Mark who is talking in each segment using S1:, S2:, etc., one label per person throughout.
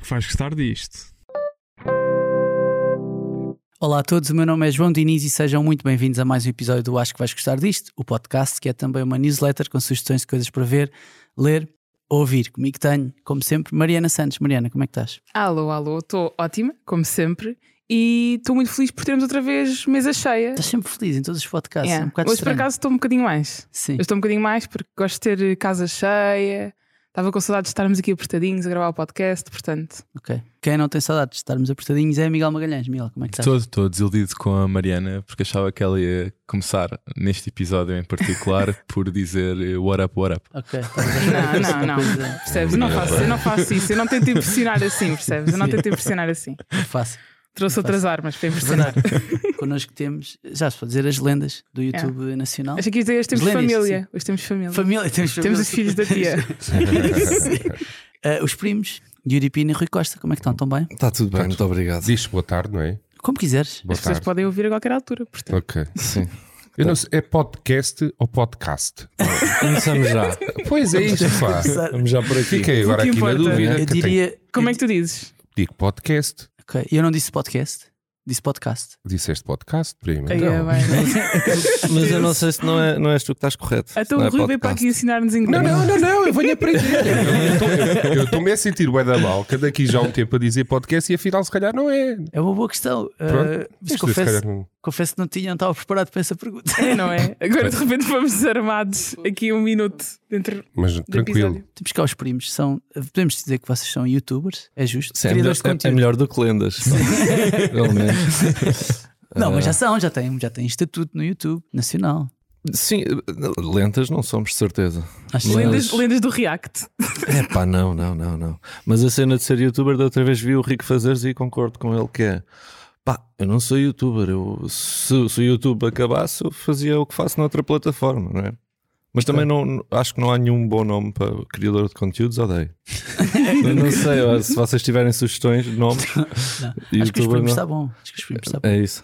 S1: que vais gostar disto.
S2: Olá a todos, o meu nome é João Diniz e sejam muito bem-vindos a mais um episódio do Acho que Vais Gostar Disto, o podcast que é também uma newsletter com sugestões de coisas para ver, ler, ouvir. Comigo tenho, como sempre, Mariana Santos. Mariana, como é que estás?
S3: Alô, alô, estou ótima, como sempre, e estou muito feliz por termos outra vez mesa cheia.
S2: Estás sempre feliz em todos os podcasts, é
S3: Yeah.
S2: um bocado
S3: Hoje, por
S2: estranho.
S3: acaso, estou um bocadinho mais.
S2: Sim.
S3: Eu estou um bocadinho mais porque gosto de ter casa cheia. Estava com saudade de estarmos aqui apertadinhos a gravar o podcast, portanto.
S2: Ok. Quem não tem saudades de estarmos apertadinhos é Miguel Magalhães. Miguel, como é que estás?
S4: Estou, estou desiludido com a Mariana porque achava que ela ia começar neste episódio em particular por dizer eh, what up, what up.
S2: Ok. estás a fazer
S3: Não, não,
S2: uma
S3: não.
S2: coisa
S3: Percebes? Eu não, faço, eu não faço isso. Eu não tento impressionar assim, percebes? Eu não tento impressionar assim.
S2: é Fácil.
S3: Trouxe outras armas para impressionar.
S2: Verdade. Connosco temos, já se pode dizer, as lendas do YouTube nacional.
S3: Acho que isto é hoje temos
S2: Os Lenis,
S3: família. Hoje temos família.
S2: Família,
S3: Temos
S2: temos família.
S3: os filhos da tia.
S2: Ah, os primos, Yuri Pina e Rui Costa, como é que estão? Estão bem?
S5: Está tudo bem, muito obrigado.
S6: Diz boa tarde, não é?
S2: Como quiseres.
S6: Boa
S3: As pessoas
S6: tarde.
S3: podem ouvir a qualquer altura, portanto.
S6: Ok.
S5: Sim.
S6: Eu não sei, é podcast ou podcast?
S5: Começamos já.
S6: Pois é isto, pá.
S5: Vamos já por aqui.
S6: Fiquei agora
S3: O que
S6: aqui na
S3: importa?
S6: dúvida.
S2: Eu
S6: né? que tenho-
S2: diria.
S3: Como é que tu dizes?
S6: Digo podcast.
S2: Ok, eu não disse podcast, disse podcast.
S6: Disseste podcast, primo.
S3: Aí é
S6: Então.
S3: bem.
S5: Mas eu não sei se não, é, não és tu que estás correto.
S3: Então
S5: Não
S3: o
S5: é
S3: Rui veio para
S5: podcast.
S3: aqui ensinar-nos inglês.
S6: Não, não, não, não, eu venho aprender. Eu tô- Eu estou-me a sentir o da mal, que daqui já há um tempo a dizer podcast e afinal se calhar não é.
S2: É uma boa questão.
S3: Eh,
S2: Ah,
S6: Pronto.
S2: mas
S6: Isto, é, se calhar,
S2: confesso,
S6: não-
S2: confesso que não tinha, não estava preparado para essa pergunta.
S3: É, não é? Agora de repente fomos desarmados aqui um minuto dentro
S6: Mas
S3: do
S6: tranquilo.
S3: episódio.
S2: Temos cá os primos, são. Podemos dizer que vocês são youtubers, é justo?
S5: Sim, é, melhor,
S2: Criadores de
S5: é- é
S2: conteúdo.
S5: melhor do que lendas. Pelo menos.
S2: Não,
S5: é.
S2: mas já são, já têm, já têm estatuto no YouTube nacional.
S5: Sim, lentas não somos, de certeza.
S2: Acho
S5: Lendas.
S3: Lendas, lendas do React.
S5: É pá, não, não, não, não. Mas a cena de ser youtuber, da outra vez vi o Rico Fazeres e concordo com ele que é. Pá, eu não sou youtuber. Eu, se, se o YouTube acabasse, eu fazia o que faço noutra plataforma, não é? Mas também não, acho que não há nenhum bom nome para criador de conteúdos, odeio. Eu não sei, ó, se vocês tiverem sugestões de nomes.
S2: Não, acho que os
S5: youtuber
S2: primos
S5: não.
S2: está bom. Acho que os primos está bom.
S5: É isso.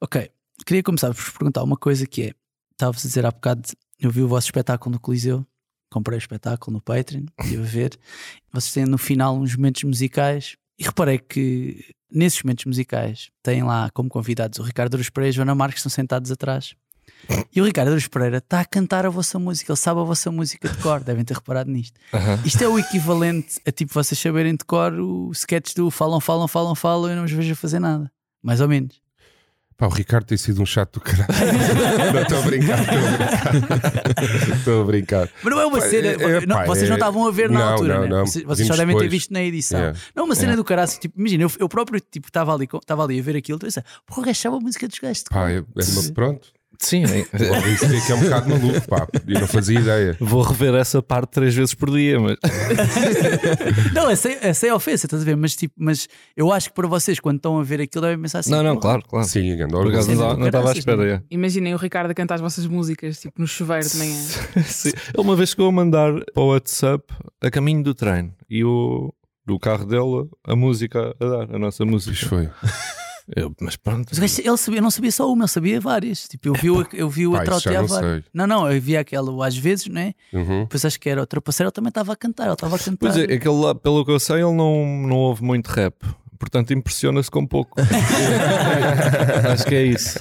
S2: Ok, queria começar por vos perguntar uma coisa que é: estava-vos a dizer há bocado, eu vi o vosso espetáculo no Coliseu, comprei o espetáculo no Patreon, estive a ver. Vocês têm no final uns momentos musicais e reparei que nesses momentos musicais têm lá como convidados o Ricardo Aruz Pereira e a Joana Marques estão sentados atrás. E o Ricardo Aruz Pereira está a cantar a vossa música, ele sabe a vossa música de cor, devem ter reparado nisto. Isto é o equivalente a tipo vocês saberem de cor o sketch do falam, falam, falam, falam, eu não os vejo a fazer nada. Mais ou menos.
S6: Pá, o Ricardo tem sido um chato do caralho. Não estou a brincar, estou a brincar. Estou a brincar.
S2: Mas não é uma
S6: Pá,
S2: cena.
S6: é- é,
S2: não,
S6: pá,
S2: vocês não
S6: é-
S2: estavam a ver na
S6: não,
S2: altura,
S6: não,
S2: né?
S6: não.
S2: Vocês, vocês só
S6: Vimos
S2: devem ter
S6: depois.
S2: visto na edição.
S6: Yeah.
S2: Não, uma cena do caraço. Tipo, imagina, eu, eu próprio tipo, estava ali, com- estava ali a ver aquilo, pensei, porra, achava a música dos gajos. de
S6: Pá,
S2: cor."
S6: é, é uma, pronto.
S5: Sim, é-
S6: Logo isso é que é um bocado maluco, pá. Eu não fazia ideia.
S5: vou rever essa parte três vezes por dia, mas
S2: Não, essa, é- essa é ofensa, estás a ver? Mas, tipo, mas eu acho que para vocês, quando estão a ver aquilo, devem pensar assim.
S5: não, não,
S2: "Porra,
S5: claro, claro.
S6: Sim, grande
S5: Por acaso
S6: orgulho.
S5: não não estava à espera. é.
S3: Imaginem o Ricardo a cantar as vossas músicas, tipo no chuveiro de manhã.
S5: Sim. Ele uma vez chegou a mandar para o WhatsApp a caminho do treino e o do carro dela a música a dar, a nossa
S6: Pois
S5: música.
S6: foi.
S5: Eu, mas pronto.
S2: Os gajos- ele sabia, eu não sabia só uma, eu sabia várias. Tipo, eu vi, o- eu vi o
S6: Pá, isso já
S2: trautear
S6: não
S2: várias.
S6: sei.
S2: Não, não, eu vi aquela o às vezes, né?
S6: Uhum.
S2: Depois acho que era outra parceira, ele também estava a cantar, ele estava a cantar.
S5: Pois é, aquele lá, pelo que eu sei, ele não, não ouve muito rap. Portanto, impressiona-se com pouco. Acho que é isso.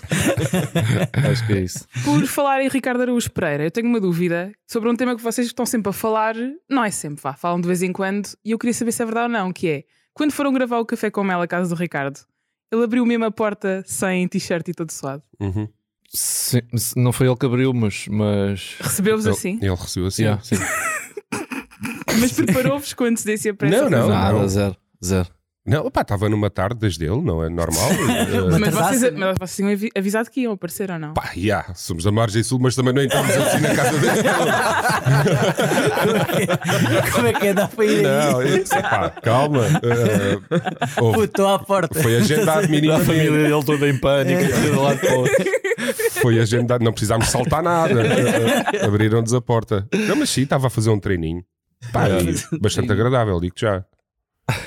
S5: Acho que é isso.
S3: Por falar em Ricardo Araújo Pereira, eu tenho uma dúvida sobre um tema que vocês estão sempre a falar, não é sempre, vá, falam de vez em quando, e eu queria saber se é verdade ou não, que é, quando foram gravar o Café com Mel a casa do Ricardo, ele abriu mesmo a porta sem t-shirt e todo suado.
S6: Uhum.
S5: Sim, não foi ele que abriu, mas. mas...
S3: Recebeu-vos
S6: Ele-
S3: assim,
S6: Ele recebeu assim.
S5: Yeah.
S6: sim.
S3: mas preparou-vos com antecedência para essa
S6: Não, não.
S3: razão?
S5: Nada, zero. Zero.
S6: Não, pá, estava numa tarde das dele, não é normal. Eh,
S3: Mas
S2: Atrasasse,
S3: vocês,
S2: né?
S3: mas vocês tinham avi- avisado que iam aparecer ou não?
S6: Pá, yeah, somos da margem sul, mas também não entramos assim na casa dele.
S2: Como é que é? Dá para ir aí?
S6: Não, eu- pá, calma. Eh, houve-
S2: Puto, estou à porta.
S6: foi agendado
S5: A
S6: minimamente.
S5: família dele toda em pânico,
S2: É.
S5: de um lado para o outro.
S6: Foi agendado, não precisámos saltar nada. Eh, eh, Abriram-nos a porta. Não, mas sim, estava a fazer Tá um treininho. Pá, e bastante agradável, digo já.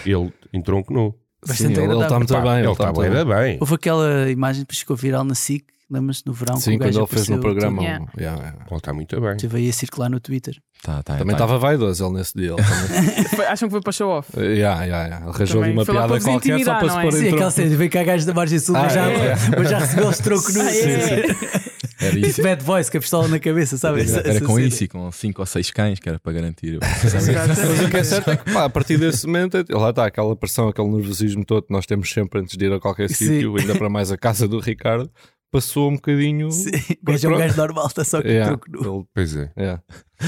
S6: Ele entronconou.
S2: Bastante
S5: ele
S2: agradável.
S5: está muito
S6: Pá,
S5: Tá bem.
S6: ele está bem,
S5: muito
S6: era bem.
S2: Houve aquela imagem que ficou viral na SIC, lembras-te no verão? que
S5: Sim,
S2: o gajo
S5: quando ele fez
S2: apareceu,
S5: no
S2: tipo,
S5: programa.
S3: Yeah.
S5: um- yeah, yeah.
S6: Ele está tá muito bem.
S2: Teve aí a circular no Twitter.
S4: Tá, tá,
S5: Também
S4: tá.
S5: estava vaidoso ele nesse dia. Ele também-
S3: Foi- acham que foi para show off?
S5: yeah, yeah, yeah. Ele arranjou
S3: Também
S5: ali uma
S3: foi lá para
S5: piada
S3: vos
S5: qualquer só
S3: intimidar,
S5: para se
S3: não é?
S5: pôr
S2: Sim,
S5: em
S2: assim, aquela
S5: troco.
S2: cena de vem cá gajos da Margem Sul,
S5: Ah,
S2: mas, já,
S5: é.
S2: mas já recebeu os trocos no
S3: Ah, é.
S4: Era isso.
S2: Isso bad voice com a pistola na cabeça, sabe? Essa-
S4: Era
S2: essa
S4: com
S2: cena.
S4: isso e com cinco ou seis cães, que era para garantir.
S5: Mas o que é certo é que pá, a partir desse momento, é- lá está aquela pressão, aquele nervosismo todo que nós temos sempre antes de ir a qualquer
S2: Sim.
S5: sítio, ainda para mais a casa do Ricardo, passou um bocadinho.
S2: Sim, o gajo é um
S5: Pronto.
S2: gajo normal, está só com o
S5: Yeah,
S2: troco nu.
S5: ele-
S6: Pois é.
S5: yeah.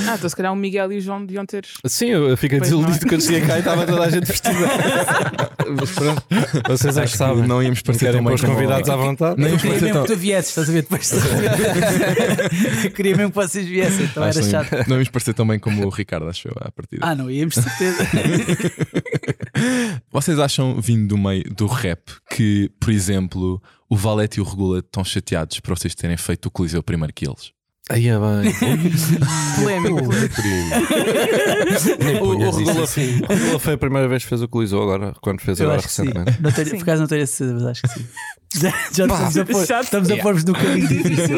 S3: Ah, então se calhar o Miguel e o João deviam ter.
S5: Sim, eu fiquei
S3: Pois não é.
S5: desiludido quando cheguei cá e estava toda a gente vestida. Mas pronto, vocês é que sabem.
S4: Não íamos parecer
S5: Querem
S4: tão
S5: pôr
S4: bem
S5: os
S4: como-
S5: convidados à vontade?
S4: Nem
S2: Eu
S4: os
S2: queria
S4: parecer
S2: mesmo
S4: tão-
S2: que tu viesses, estás a ver? Depois de Eu queria mesmo que vocês viessem, então
S4: Acho
S2: era
S4: que não-
S2: chato.
S4: Não íamos parecer tão bem como o Ricardo, acho eu, à partida.
S2: Ah, não, íamos de certeza.
S4: Vocês acham, vindo do meio do rap, que, por exemplo, o Valete e o Regula estão chateados por vocês terem feito o Coliseu primeiro que eles?
S5: Aí é bem.
S3: Polémico.
S6: Pô, primo. Nem
S5: O, o
S6: ponhas isso
S5: Regula
S6: assim.
S5: o Regula foi a primeira vez que fez o Coliseu agora, quando fez
S2: Eu
S5: agora
S2: acho que sim.
S5: recentemente.
S2: Não tenho-
S3: Sim.
S2: Por acaso não tenho a certeza, mas acho que sim. Já, já estamos a pôr-
S3: chato.
S2: estamos a pôr-vos no caminho difícil.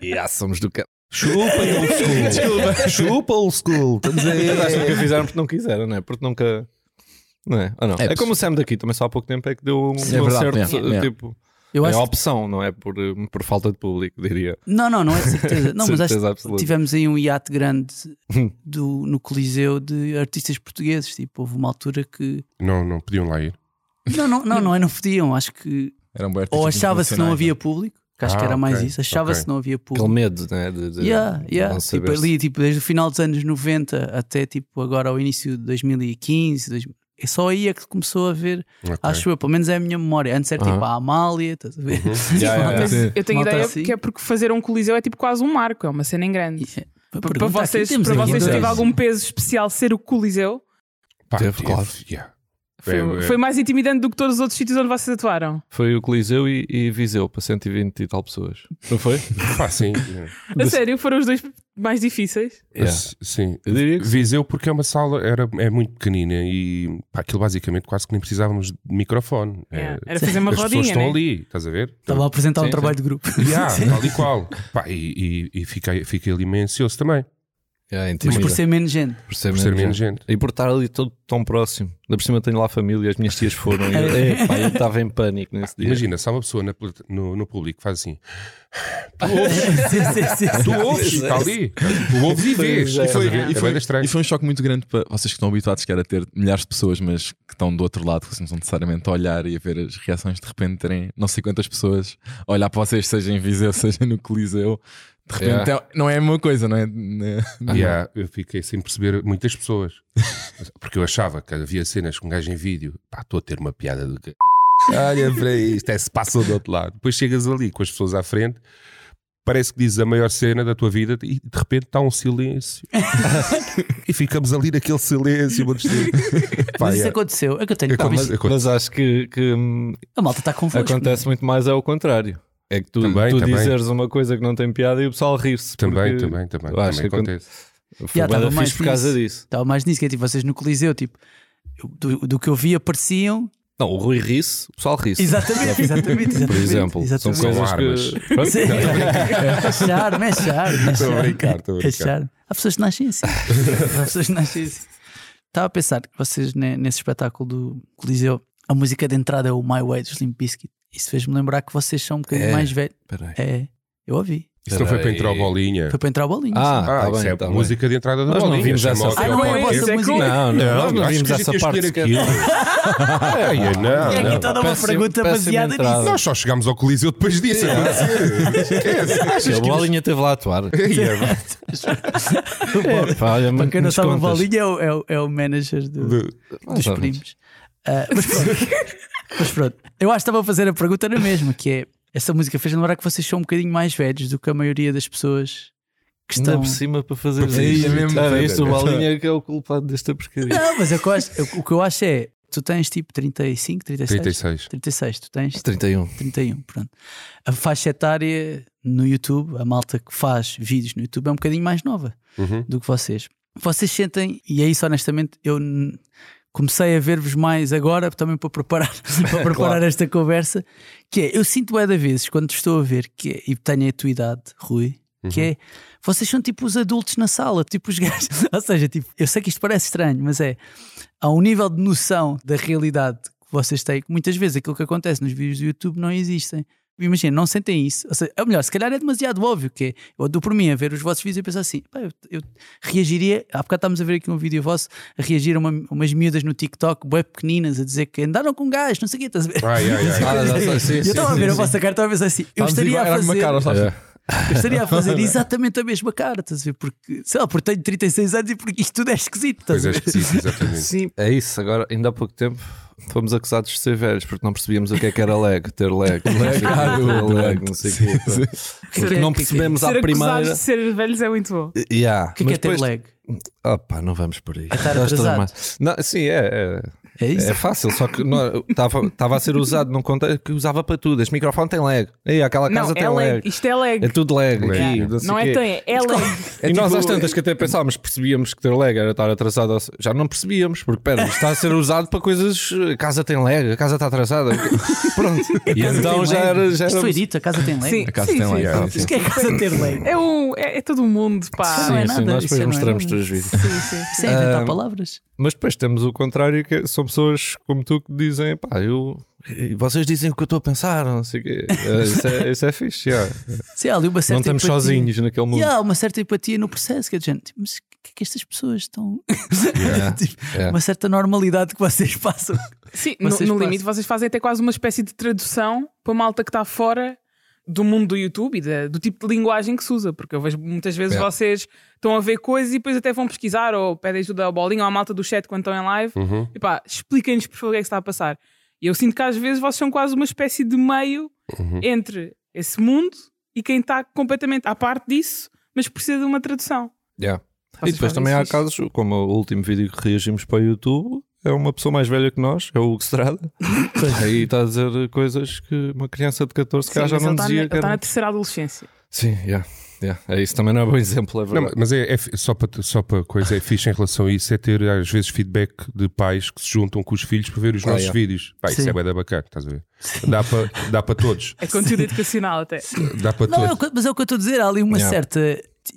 S5: E yeah, somos do cara.
S6: Chupa old school. Chupa old school. Estamos aí.
S5: Eles acho que fizeram porque não quiseram, não é? Porque nunca. Não é? Ou não? É,
S4: É possível.
S5: como o Sam daqui, também só há pouco tempo é que deu um
S4: Sim, é
S5: concerto.
S4: verdade, é, é.
S5: Tipo,
S2: Eu
S5: é a
S2: acho
S5: opção, não é? Por, por falta de público, diria.
S2: Não, não, não é de certeza. Não, mas acho
S5: Certeza
S2: que
S5: absoluta.
S2: tivemos aí um hiato grande do, no Coliseu de artistas portugueses. Tipo, houve uma altura que.
S6: Não, não podiam lá ir.
S2: Não, não, não, não, é, não podiam. Acho que.
S4: Eram bem
S2: Ou
S5: tipo
S4: artistas
S2: achava-se que não
S4: internacionais,
S2: havia
S5: então.
S2: público, que acho
S6: Ah,
S2: que era mais
S6: ok,
S2: isso. Achava-se que
S6: ok.
S2: não havia
S5: Aquele
S2: público.
S5: medo, né? De, de-
S2: Yeah,
S5: de
S2: yeah.
S5: não
S2: Tipo,
S5: saber se-
S2: ali, tipo, desde o final dos anos 90 até tipo, agora ao início de 2015, dois... é só aí é que começou a ver,
S6: Ok.
S2: acho eu, pelo menos é a minha memória. Antes era tipo
S5: Aham. Uhum.
S2: a Amália, estás a ver?
S5: Yeah,
S2: É.
S5: yeah, yeah.
S4: Sim.
S3: Eu tenho
S2: Malta
S3: ideia
S2: assim.
S3: que é porque fazer um coliseu é tipo quase um marco, é uma cena em grande. Para, para
S2: Pergunta aqui,
S3: vocês,
S2: temos
S3: para
S2: aqui
S3: vocês
S2: um
S3: teve
S2: dado.
S3: algum peso especial ser o coliseu?
S6: Pá,
S5: Teve, claro.
S6: yeah.
S3: Foi,
S6: É, é.
S3: foi mais intimidante do que todos os outros sítios onde vocês atuaram.
S5: Foi o Coliseu e, e Viseu para 120 e tal pessoas. Não foi?
S6: Pá, sim.
S3: A sério, foram os dois mais difíceis.
S5: Yeah.
S6: S- Sim.
S5: Eu diria que
S6: Viseu, porque é uma sala era, é muito pequenina e pá, aquilo basicamente quase que nem precisávamos de microfone. É,
S3: É, Era fazer uma
S6: as pessoas
S3: rodinha,
S6: estão
S3: né?
S6: ali, estás a ver?
S2: Estava a apresentar
S5: Sim,
S2: um
S5: sim.
S2: trabalho de grupo.
S6: Yeah, tal e qual. Pá, e e, e fiquei, fiquei ali meio ansioso também,
S5: Yeah,
S2: Mas
S5: intimida.
S2: por ser menos gente.
S5: Por ser
S6: por ser
S5: menos
S6: menos
S5: gente.
S6: gente.
S5: E por estar ali todo tão próximo. Da por cima tenho lá a família, as minhas tias foram. E eu, epá, eu estava em pânico nesse dia.
S6: Imagina, se há uma pessoa na plata- no, no público que faz assim,
S2: Sim, sim, sim,
S6: tu
S2: sim.
S6: ouves, está ali, tu ouves e vês.
S5: Pois é.
S6: E foi,
S4: E
S6: é
S4: foi-
S6: bem estranho.
S4: E foi um choque muito grande para vocês que estão habituados que era ter milhares de pessoas, mas que estão do outro lado, que vocês não estão necessariamente a olhar e a ver as reações de repente terem não sei quantas pessoas a olhar para vocês, seja em Viseu, seja no Coliseu. De repente
S5: Yeah.
S4: é- não é a mesma coisa, não é? Né?
S6: Yeah, eu fiquei sem perceber muitas pessoas. Porque eu achava que havia cenas com um gajo em vídeo. Pá, estou a ter uma piada do que. Olha para isto, é se passa do outro lado. Depois chegas ali com as pessoas à frente, parece que dizes a maior cena da tua vida e de repente está um silêncio. e ficamos ali naquele silêncio. Vou dizer. Pá,
S2: Mas isso
S6: yeah.
S2: aconteceu. É que eu tenho.
S6: Aconte-
S5: Mas,
S6: aconte-
S5: mas acho que, que, hum,
S2: A malta tá está confusa.
S5: acontece muito mais é o contrário. É que tu,
S6: Também,
S5: tu
S6: também.
S5: dizeres uma coisa que não tem piada e o pessoal rir-se.
S6: Também,
S5: porque
S6: também, também.
S5: eu acho
S6: também
S5: que
S6: acontece.
S5: Foi
S2: Já,
S5: bué
S2: estava
S5: da
S2: mais
S5: fixe por causa
S2: nisso.
S5: disso.
S2: Estava mais nisso, que é tipo, vocês no Coliseu, tipo, eu- do, do que eu vi apareciam.
S5: Não, o Rui ri-se, o pessoal ri-se.
S2: Exatamente, exatamente. exatamente
S5: Por exemplo, são
S2: exatamente.
S5: coisas
S6: armas.
S5: que. Pronto.
S2: Sim. É charme, é charme. é
S6: Estou a
S2: charme.
S6: brincar, estou a
S2: É
S6: brincar.
S2: charme. Há pessoas que nascem assim. Há pessoas que nascem assim. Estava a pensar que vocês, ne- nesse espetáculo do Coliseu, a música de entrada é o My Way dos Limp Bizkit. Isso fez-me lembrar que vocês são um bocadinho
S5: É.
S2: mais velhos.
S5: Espera aí.
S2: É, eu ouvi.
S6: Isso não foi para entrar a bolinha.
S2: Foi para entrar o bolinho.
S5: Ah,
S6: Ah,
S5: tá
S6: isso
S5: bem,
S6: é
S5: tá
S6: a
S5: bem.
S6: música de entrada da
S5: Nós não
S6: bolinha.
S5: vimos
S6: Chama
S5: essa
S6: ao
S2: parte.
S6: teu
S2: Ah, não é
S6: podcast.
S2: essa música?
S5: Não, não, nós não
S6: é- acho
S5: vimos
S6: que a
S5: essa
S6: gente ia
S5: parte.
S6: escolher
S5: sequer.
S6: aquilo. Ai,
S2: É
S6: não,
S2: aqui
S6: não.
S2: toda uma
S5: Péssimo-
S2: pergunta
S5: péssima
S2: baseada
S5: entrada.
S2: nisso.
S6: Nós só chegámos ao Coliseu depois disso. Esquece.
S5: A bolinha teve lá a atuar. É, pá, olha,
S2: Para
S5: muito
S2: quem não
S5: nos
S2: sabe, o
S5: contas.
S2: Bolinho é o, é o, é o manager do-
S5: Mais
S2: dos
S5: ou menos.
S2: primos. Ah, mas, pronto. Mas pronto. eu acho que estava a fazer a pergunta na mesma, que é essa música fez lembrar que vocês são um bocadinho mais velhos do que a maioria das pessoas que
S5: Ainda
S2: estão.
S5: por cima para fazer
S4: Para fazer
S5: isto.
S4: isto. mesmo.
S5: Era isto, o Bolinha é que é o culpado desta porcaria.
S2: Não, mas é que eu acho- o que eu acho é tu tens tipo 35, 36.
S6: 36.
S2: 36, tu tens
S5: 31.
S2: 31, pronto. A faixa etária no YouTube, a malta que faz vídeos no YouTube é um bocadinho mais nova
S6: Uhum.
S2: do que vocês. Vocês sentem, e é isso honestamente, eu n- comecei a ver-vos mais agora, também para preparar, para preparar esta conversa, que é, eu sinto bué de vezes quando estou a ver, que é, e tenho a tua idade, Rui, que é, vocês são tipo os adultos na sala, tipo os gajos, ou seja, tipo, eu sei que isto parece estranho, mas é, há um nível de noção da realidade que vocês têm, que muitas vezes aquilo que acontece nos vídeos do YouTube não existem. Imagina, não sentem isso. Ou seja, ou melhor, se calhar é demasiado óbvio que é. Eu dou por mim a ver os vossos vídeos e pensar assim: "Pá, eu, eu reagiria. Há bocado estávamos a ver aqui um vídeo vosso a reagir a uma- umas miúdas no TikTok, bem pequeninas, a dizer que andaram com gás, não sei o quê, estás a ver?
S6: Ai, ai, ai.
S5: Ah, não, sim,
S2: eu
S5: sim,
S2: estava a
S5: sim,
S2: ver a
S5: sim.
S2: vossa cara, estava a pensar assim: eu
S4: Estávamos
S2: estaria a
S4: igual- era uma
S2: fazer.
S4: cara, sabes?
S5: É.
S2: Eu estaria a fazer exatamente a mesma cara, estás a ver? Porque, sei lá, porque tenho 36 anos e porque isto tudo é esquisito, estás
S6: Coisa
S2: a ver?
S6: esquisita, exatamente.
S3: Sim,
S5: É isso, agora, ainda há pouco tempo, fomos acusados de ser velhos porque não percebíamos o que é que era lag, ter lag. lag,
S4: ah, do-
S5: lag, não sei o
S4: Sim,
S5: que. Porque não
S2: que é que é?
S5: percebemos à
S3: ser acusados
S5: primeira.
S3: de ser velhos é muito bom.
S5: Yeah,
S2: O que é, que
S5: mas
S2: é ter
S5: depois-
S2: lag?
S5: Opa, não vamos por aí.
S2: É estar
S5: Já estou
S2: atrasado.
S5: mais- Não, sim, é, é,
S2: É isso?
S5: É fácil, só que estava a ser usado num contexto que usava para tudo. Este microfone tem lag. Ei, aquela casa
S3: Não,
S5: tem
S3: é
S5: lag.
S3: leg. Isto é leg.
S5: É tudo lag
S6: Lag.
S5: aqui.
S6: Yeah.
S5: Não, sei
S3: não é
S5: quê.
S3: tem, é leg.
S5: E nós às tantas que até pensávamos, percebíamos que ter lag era estar atrasado. ao- Já não percebíamos, porque pera, isto está a ser usado para coisas. A casa tem lag, a casa está atrasada. Pronto. E
S2: A casa tem
S5: então já
S2: lag.
S5: era. Já
S2: Isto
S5: era
S2: foi dito, a casa tem lag.
S3: Sim,
S4: A casa tem
S3: sim,
S4: lá.
S6: sim.
S4: é,
S2: Mas o que é a casa ter lag?
S3: É, um, é, é todo o mundo, pá.
S2: Sim. não é
S5: sim,
S2: nada,
S5: sim, nós
S2: isso não
S5: depois
S2: é
S5: mostramos
S2: nada.
S5: todos os vídeos.
S3: Sim, sim.
S2: Sem é inventar
S5: Ah,
S2: palavras.
S5: Mas depois temos o contrário, que é, são pessoas como tu que dizem, pá, eu. e Vocês dizem o que eu estou a pensar, não sei o quê. Eh, Isso é, isso é fixe, yeah.
S2: Sim, há ali uma certa
S5: não estamos
S2: empatia.
S5: sozinhos naquele mundo.
S2: E há uma certa empatia no processo, que é de género, tipo, mas o que é que estas pessoas estão. Tipo,
S5: yeah.
S2: Uma certa normalidade que vocês passam.
S3: Sim, no,
S2: Vocês
S3: no
S2: passam.
S3: limite vocês fazem até quase uma espécie de tradução para a malta que está fora do mundo do YouTube e da- do tipo de linguagem que se usa, porque eu vejo muitas vezes
S5: É.
S3: vocês estão a ver coisas e depois até vão pesquisar ou pedem ajuda ao bolinho ou à malta do chat quando estão em live
S5: Hum.
S6: Uhum.
S3: e pá, expliquem-nos por favor o que é que está a passar. E eu sinto que às vezes vocês são quase uma espécie de meio
S6: Uhum.
S3: entre esse mundo e quem está completamente à parte disso, mas precisa de uma tradução.
S5: Yeah. E
S3: Vocês
S5: depois
S3: fazem
S5: também
S3: isso
S5: há
S3: fixe.
S5: casos, como o último vídeo que reagimos para o YouTube, é uma pessoa mais velha que nós, é o Hugo Estrada, aí está a dizer coisas que uma criança de 14
S3: Sim,
S5: cá já
S3: mas ele
S5: não
S3: está na-
S5: dizia
S3: ele
S5: que era.
S3: está na terceira adolescência.
S5: Sim, yeah, yeah. é isso também não é bom exemplo, é
S6: Não,
S5: verdade.
S6: mas é, é fi- só para só para coisa é fixe em relação a isso é ter às vezes feedback de pais que se juntam com os filhos para ver os
S5: Ah,
S6: nossos
S5: é.
S6: vídeos. Pá, isso
S2: Sim.
S6: é bué da bacana, estás a ver? Dá para dá para todos,
S3: É conteúdo educacional até.
S6: dá para
S2: Não, é o
S6: todos.
S2: que- mas é o que eu estou a dizer. Há ali uma
S5: Yeah.
S2: certa.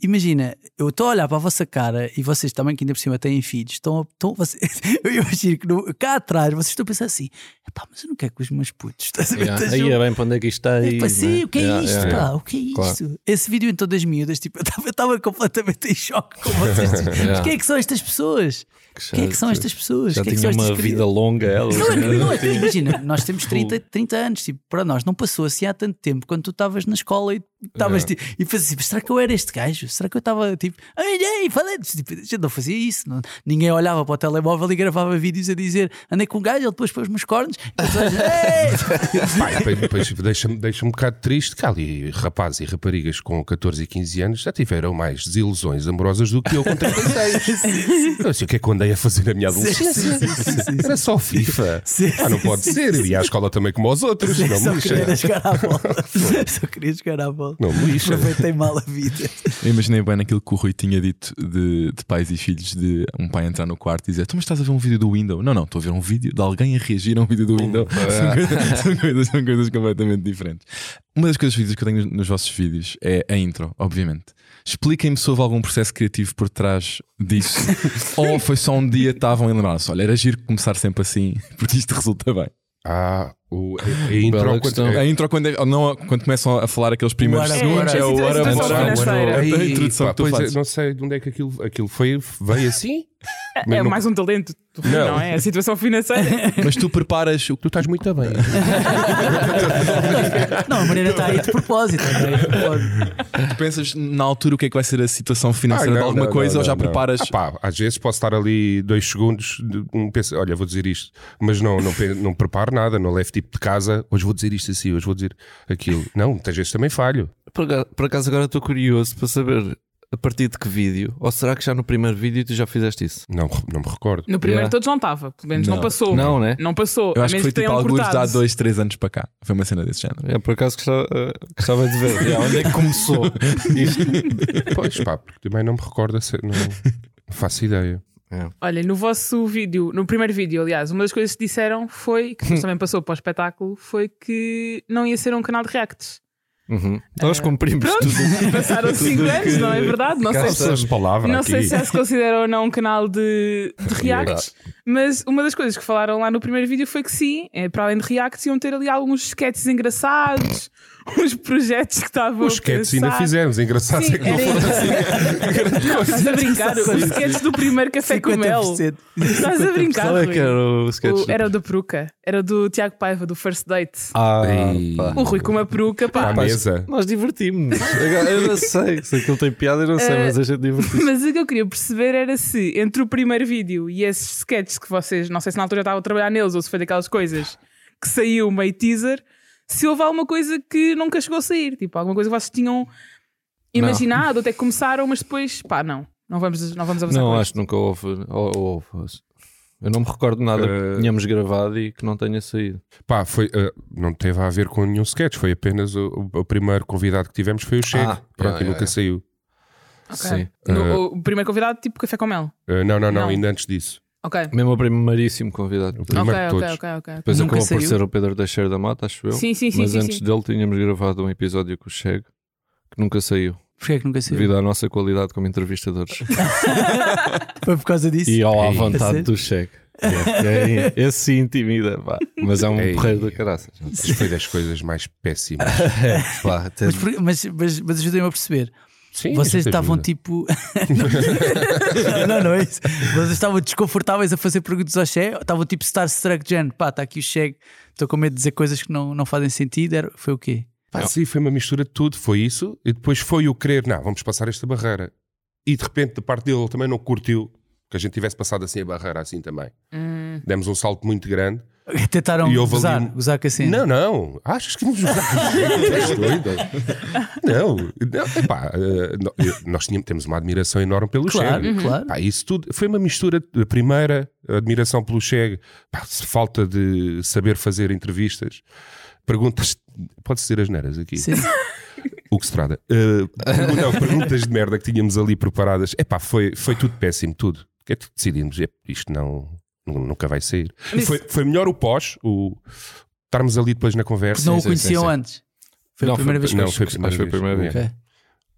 S2: Imagina, eu estou a olhar para a vossa cara e vocês também, que ainda por cima têm filhos, estão. a- estão vocês, eu imagino que no- cá atrás vocês estão a pensar assim: pá, mas eu não quero que os meus putos. Estás a ver?
S5: Yeah.
S2: estejam-
S5: Aí é bem para onde é que isto está aí.
S2: Epá, sim,
S5: né?
S2: o que é
S5: Yeah,
S2: isto, pá?
S5: yeah, yeah.
S2: O que é isto?
S5: Claro.
S2: Esse vídeo então das miúdas, tipo, eu estava- eu estava completamente em choque com vocês. Mas quem é que são estas pessoas? Quem é que são
S5: já-
S2: estas pessoas?
S5: Já
S2: Quem é que são
S5: tinha
S2: estas
S5: uma
S2: crianças?
S5: vida longa ela.
S2: Não, é que não, é que- imagina, nós temos 30, 30 anos, tipo, para nós não passou assim há tanto tempo quando tu estavas na escola e
S6: É.
S2: estavas tipo, e fazias tipo, será que eu era este gajo? Será que eu estava tipo, ai, ai, falei, tipo, a gente não fazia isso, não- ninguém olhava para o telemóvel e gravava vídeos a dizer andei com um gajo, ele depois pôs-me os cornos, e depois, "Ei!"
S6: Pá, e depois- depois deixa-me deixa um bocado triste que há ali rapazes e raparigas com 14 e 15 anos já tiveram mais desilusões amorosas do que eu com 36. Não sei o que é que eu andei a fazer na minha adolescência. Era só FIFA.
S2: Sim,
S6: Ah, não
S2: sim,
S6: pode
S2: sim,
S6: ser.
S2: sim,
S6: E à escola também como aos outros. Não me
S2: Só
S6: lixem.
S2: queria jogar à bola. Só queria jogar à bola.
S6: Não me lixa.
S2: Aproveitei mal a vida.
S4: Eu imaginei bem naquilo que o Rui tinha dito de, de pais e filhos, de um pai entrar no quarto e dizer: Tu, mas estás a ver um vídeo do Window? Não, não, estou a ver um vídeo de alguém a reagir a um vídeo do Window. são, coisas, são coisas- são coisas completamente diferentes. Uma das coisas fixas que eu tenho nos- nos vossos vídeos é a intro, obviamente. Expliquem-me se houve algum processo criativo por trás disso. Ou foi só um dia que estavam e lembraram-se: Olha, era giro começar sempre assim, porque isto resulta bem.
S6: Ah, o, a, a intro
S5: Bela
S6: quando-
S5: questão.
S6: a-
S4: A intro, quando, é- não, quando começam a falar aqueles primeiros
S2: What up,
S4: segundos,
S2: what
S4: é
S2: up?
S4: o
S3: Sim,
S4: hora,
S3: sim, sim, sim, sim, sim.
S4: a
S6: Ei,
S4: introdução
S6: pá,
S4: que tu
S6: pois é,
S4: fazes.
S6: não sei de onde é que aquilo, aquilo foi, veio assim.
S3: É,
S6: Mas
S3: é
S6: não-
S3: mais um talento, do Rui, não.
S6: Não.
S3: é? A situação financeira.
S4: Mas tu preparas o
S6: Tu estás muito bem.
S2: Não, a Marina está aí de propósito. está aí de propósito.
S4: Tu pensas na altura o que é que vai ser a situação financeira
S6: Ah,
S4: de
S6: não,
S4: alguma
S6: não,
S4: coisa
S6: não,
S4: ou já
S6: não.
S4: preparas?
S6: Ah, pá, às vezes posso estar ali dois segundos, de- um pensa, olha, vou dizer isto, mas não, não, pe- não preparo nada, não levo tipo de casa, hoje vou dizer isto assim, hoje vou dizer aquilo. Não, muitas vezes também falho.
S5: Por, aga- por acaso agora estou curioso para saber a partir de que vídeo, ou será que já no primeiro vídeo tu já fizeste isso?
S6: Não, re- não me recordo.
S3: No primeiro
S5: Yeah.
S3: todos não estava, pelo menos não,
S4: Não.
S3: passou.
S5: Não, né?
S3: Não passou.
S4: eu
S3: a
S4: acho que
S3: menos
S4: foi tipo
S3: tenham
S4: alguns de há
S3: cortado.
S4: dois, três anos para cá. Foi uma cena desse género.
S5: É, por acaso gostava, eh, gostava de ver yeah, onde é que começou isto.
S6: Pois pá, porque também não me recordo, a ser- não, não faço ideia.
S3: Olha, no vosso vídeo, no primeiro vídeo, aliás, uma das coisas que disseram foi, que depois também passou para o espetáculo, foi que não ia ser um canal de reacts.
S5: Uhum. Nós cumprimos
S3: Pronto,
S5: tudo.
S3: passaram 5
S5: Tudo
S3: anos,
S5: que-
S3: não é verdade? Não sei se
S6: Essas palavras
S3: Não
S6: aqui.
S3: sei se é já se considera ou não um canal de, de reacts, mas uma das coisas que falaram lá no primeiro vídeo foi que sim, eh, para além de reacts, iam ter ali alguns sketches engraçados, uns projetos que estavam.
S6: Os
S3: a
S6: sketches
S3: pensar.
S6: ainda fizemos.
S5: tá
S6: Engraçado
S3: Sim,
S6: é
S5: um
S6: que não
S3: era
S6: foram
S3: isso.
S6: assim.
S3: Estás a brincar? Os sketches do primeiro café com mel.
S2: 50%.
S3: Estás a brincar?
S5: Qual é
S3: Rui?
S5: que era o sketch?
S3: O- era o da peruca, era o do Tiago Paiva, do First Date.
S5: Ah,
S6: Ei.
S5: pá.
S3: O Rui com uma peruca,
S6: À
S3: pá.
S6: mesa.
S5: Nós divertimos-nos. Agora, Eu não sei se aquilo tem piada, eu não sei,
S3: Eh,
S5: mas a gente divertiu.
S3: Mas o que eu queria perceber era se entre o primeiro vídeo e esses sketches que vocês, não sei se na altura já estavam a trabalhar neles ou se foi daquelas coisas que saiu meio teaser, se houve alguma coisa que nunca chegou a sair, tipo alguma coisa que vocês tinham imaginado, até que começaram, mas depois, pá, não, não vamos, não vamos avançar.
S5: Não,
S3: com
S5: acho
S3: isto.
S5: que nunca houve. ou- ou houve. Eu não me recordo de nada
S6: Eh,
S5: que tínhamos gravado e que não tenha saído.
S6: Pá, foi, ah, não teve a ver com nenhum sketch, foi apenas o, o- o primeiro convidado que tivemos foi o Cheque.
S5: Ah, yeah,
S6: Pronto, e
S5: yeah,
S6: nunca
S5: yeah.
S6: saiu.
S3: Ok.
S5: Sim. Eh,
S3: No- o primeiro convidado, tipo café com mel.
S6: Ah, não, não, não,
S3: Não.
S6: ainda antes disso.
S3: Ok.
S5: Mesmo o primeiríssimo convidado.
S6: É O
S3: Ok,
S6: primeiro de
S3: ok,
S6: todos.
S3: ok, ok.
S5: Depois
S2: Nunca
S5: acabou por
S2: saiu?
S5: ser o Pedro Teixeira da Mata, acho eu.
S3: Sim, sim, sim,
S5: mas
S3: sim,
S5: antes
S3: sim.
S5: dele tínhamos gravado um episódio com o Chego que nunca saiu,
S2: Porquê é que nunca saiu?
S5: devido à nossa qualidade como entrevistadores
S3: É
S2: Foi por causa disso.
S5: e ao à
S6: Ei.
S5: vontade
S2: Sim.
S5: do Chego. É, é, esse sim intimida, pá. mas é um
S6: Ei.
S5: porreiro do caraças.
S6: Mas foi das coisas mais péssimas.
S5: Pá, até-
S2: Mas, por- mas, mas, mas ajudem-me a perceber.
S6: Sim,
S2: Vocês
S6: isto
S2: estavam
S6: ajuda.
S2: tipo. não, não, não é isso. Vocês estavam desconfortáveis a fazer perguntas ao Che? Estavam tipo Starstruck, de género. Pá, está aqui o Che, estou com medo de dizer coisas que não, não fazem sentido. Era- foi o quê?
S6: Pá, sim, foi uma mistura de tudo. Foi isso. E depois foi o querer, não, vamos passar esta barreira. E de repente, da parte dele, ele também não curtiu que a gente tivesse passado assim a barreira, assim também.
S3: Hum.
S6: Demos um salto muito grande.
S2: Tentaram
S6: E houve ali
S2: gozar,
S6: um-
S2: gozar com a cena.
S6: Não, não. Achas que vamos jogar? Estás doida? Não. não epá, eh, no- eu- nós tínhamos, temos uma admiração enorme pelo
S2: claro,
S6: Chega.
S2: claro.
S6: Pá, isso tudo foi uma mistura. de- A primeira, a admiração pelo Chega, pá, se falta de saber fazer entrevistas, perguntas. Pode ser as neiras aqui.
S2: Sim.
S6: Hugo Estrada. Eh, pergun- não, perguntas de merda que tínhamos ali preparadas. Epá, foi, foi tudo péssimo, tudo. Que é que decidimos? "Ep, Isto não, nu- nunca vai sair. E
S3: Mas-
S6: foi, foi melhor o pós, o estarmos ali depois na
S2: Porque
S6: conversa.
S2: não o
S5: sim, sim,
S2: conheciam
S5: sim.
S2: antes. Foi
S5: Não,
S2: a primeira
S5: foi-
S2: vez que
S6: Não,
S2: eu-
S6: foi
S5: Acho que
S6: a primeira
S5: foi a
S6: vez.
S5: primeira vez.
S2: Ok.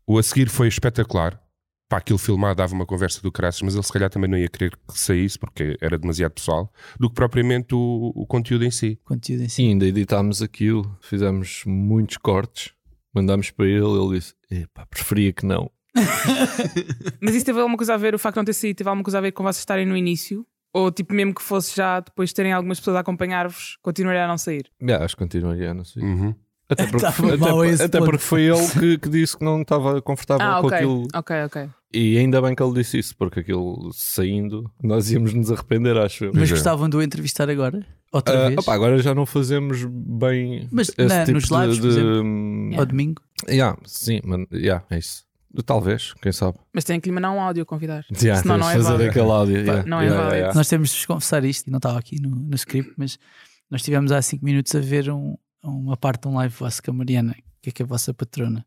S6: O a seguir foi espetacular. Pá, aquilo filmado dava uma conversa do Craças, mas ele se calhar também não ia querer que saísse porque era demasiado pessoal, do que propriamente o, o conteúdo em si.
S2: Conteúdo em si.
S5: Sim, ainda editámos aquilo, fizemos muitos cortes, mandámos para ele, ele disse: Epá, preferia que não.
S3: Mas isso teve alguma coisa a ver, o facto de não ter saído, teve alguma coisa a ver com vocês estarem no início? Ou tipo, mesmo que fosse já depois de terem algumas pessoas a acompanhar-vos, continuaria a não sair?
S5: Yeah, acho que continuaria, não sei.
S6: Uhum.
S5: Até porque,
S2: Estava
S5: até,
S2: Tá mal a esse
S5: até
S2: ponto.
S5: porque foi ele que, que disse que não estava confortável
S3: ah,
S5: com
S3: ok.
S5: aquilo.
S3: Ok, ok.
S5: E ainda bem que ele disse isso, porque aquilo saindo, nós íamos nos arrepender, acho eu.
S2: Mas
S6: é.
S2: gostavam de o entrevistar agora? Outra
S5: Ah,
S2: vez?
S5: opá, agora já não fazemos bem
S2: Mas
S5: esse
S2: na-
S5: tipo
S2: nos lives,
S5: de.
S2: por
S5: de-
S2: exemplo?
S5: hum,
S2: Ao domingo?
S5: yeah, sim, mano, yeah, é isso. Talvez, quem sabe.
S3: Mas tem que lhe mandar um áudio a convidar.
S5: Yeah,
S3: Senão
S5: temos
S3: não é
S5: de fazer
S3: válido.
S5: aquele áudio. yeah,
S3: não é
S5: yeah,
S3: válido.
S5: yeah,
S2: Nós temos de vos confessar isto, e não estava aqui no, no script, mas nós estivemos há 5 minutos a ver um- uma parte de um live vosso que a Mariana, que é que é a vossa patrona,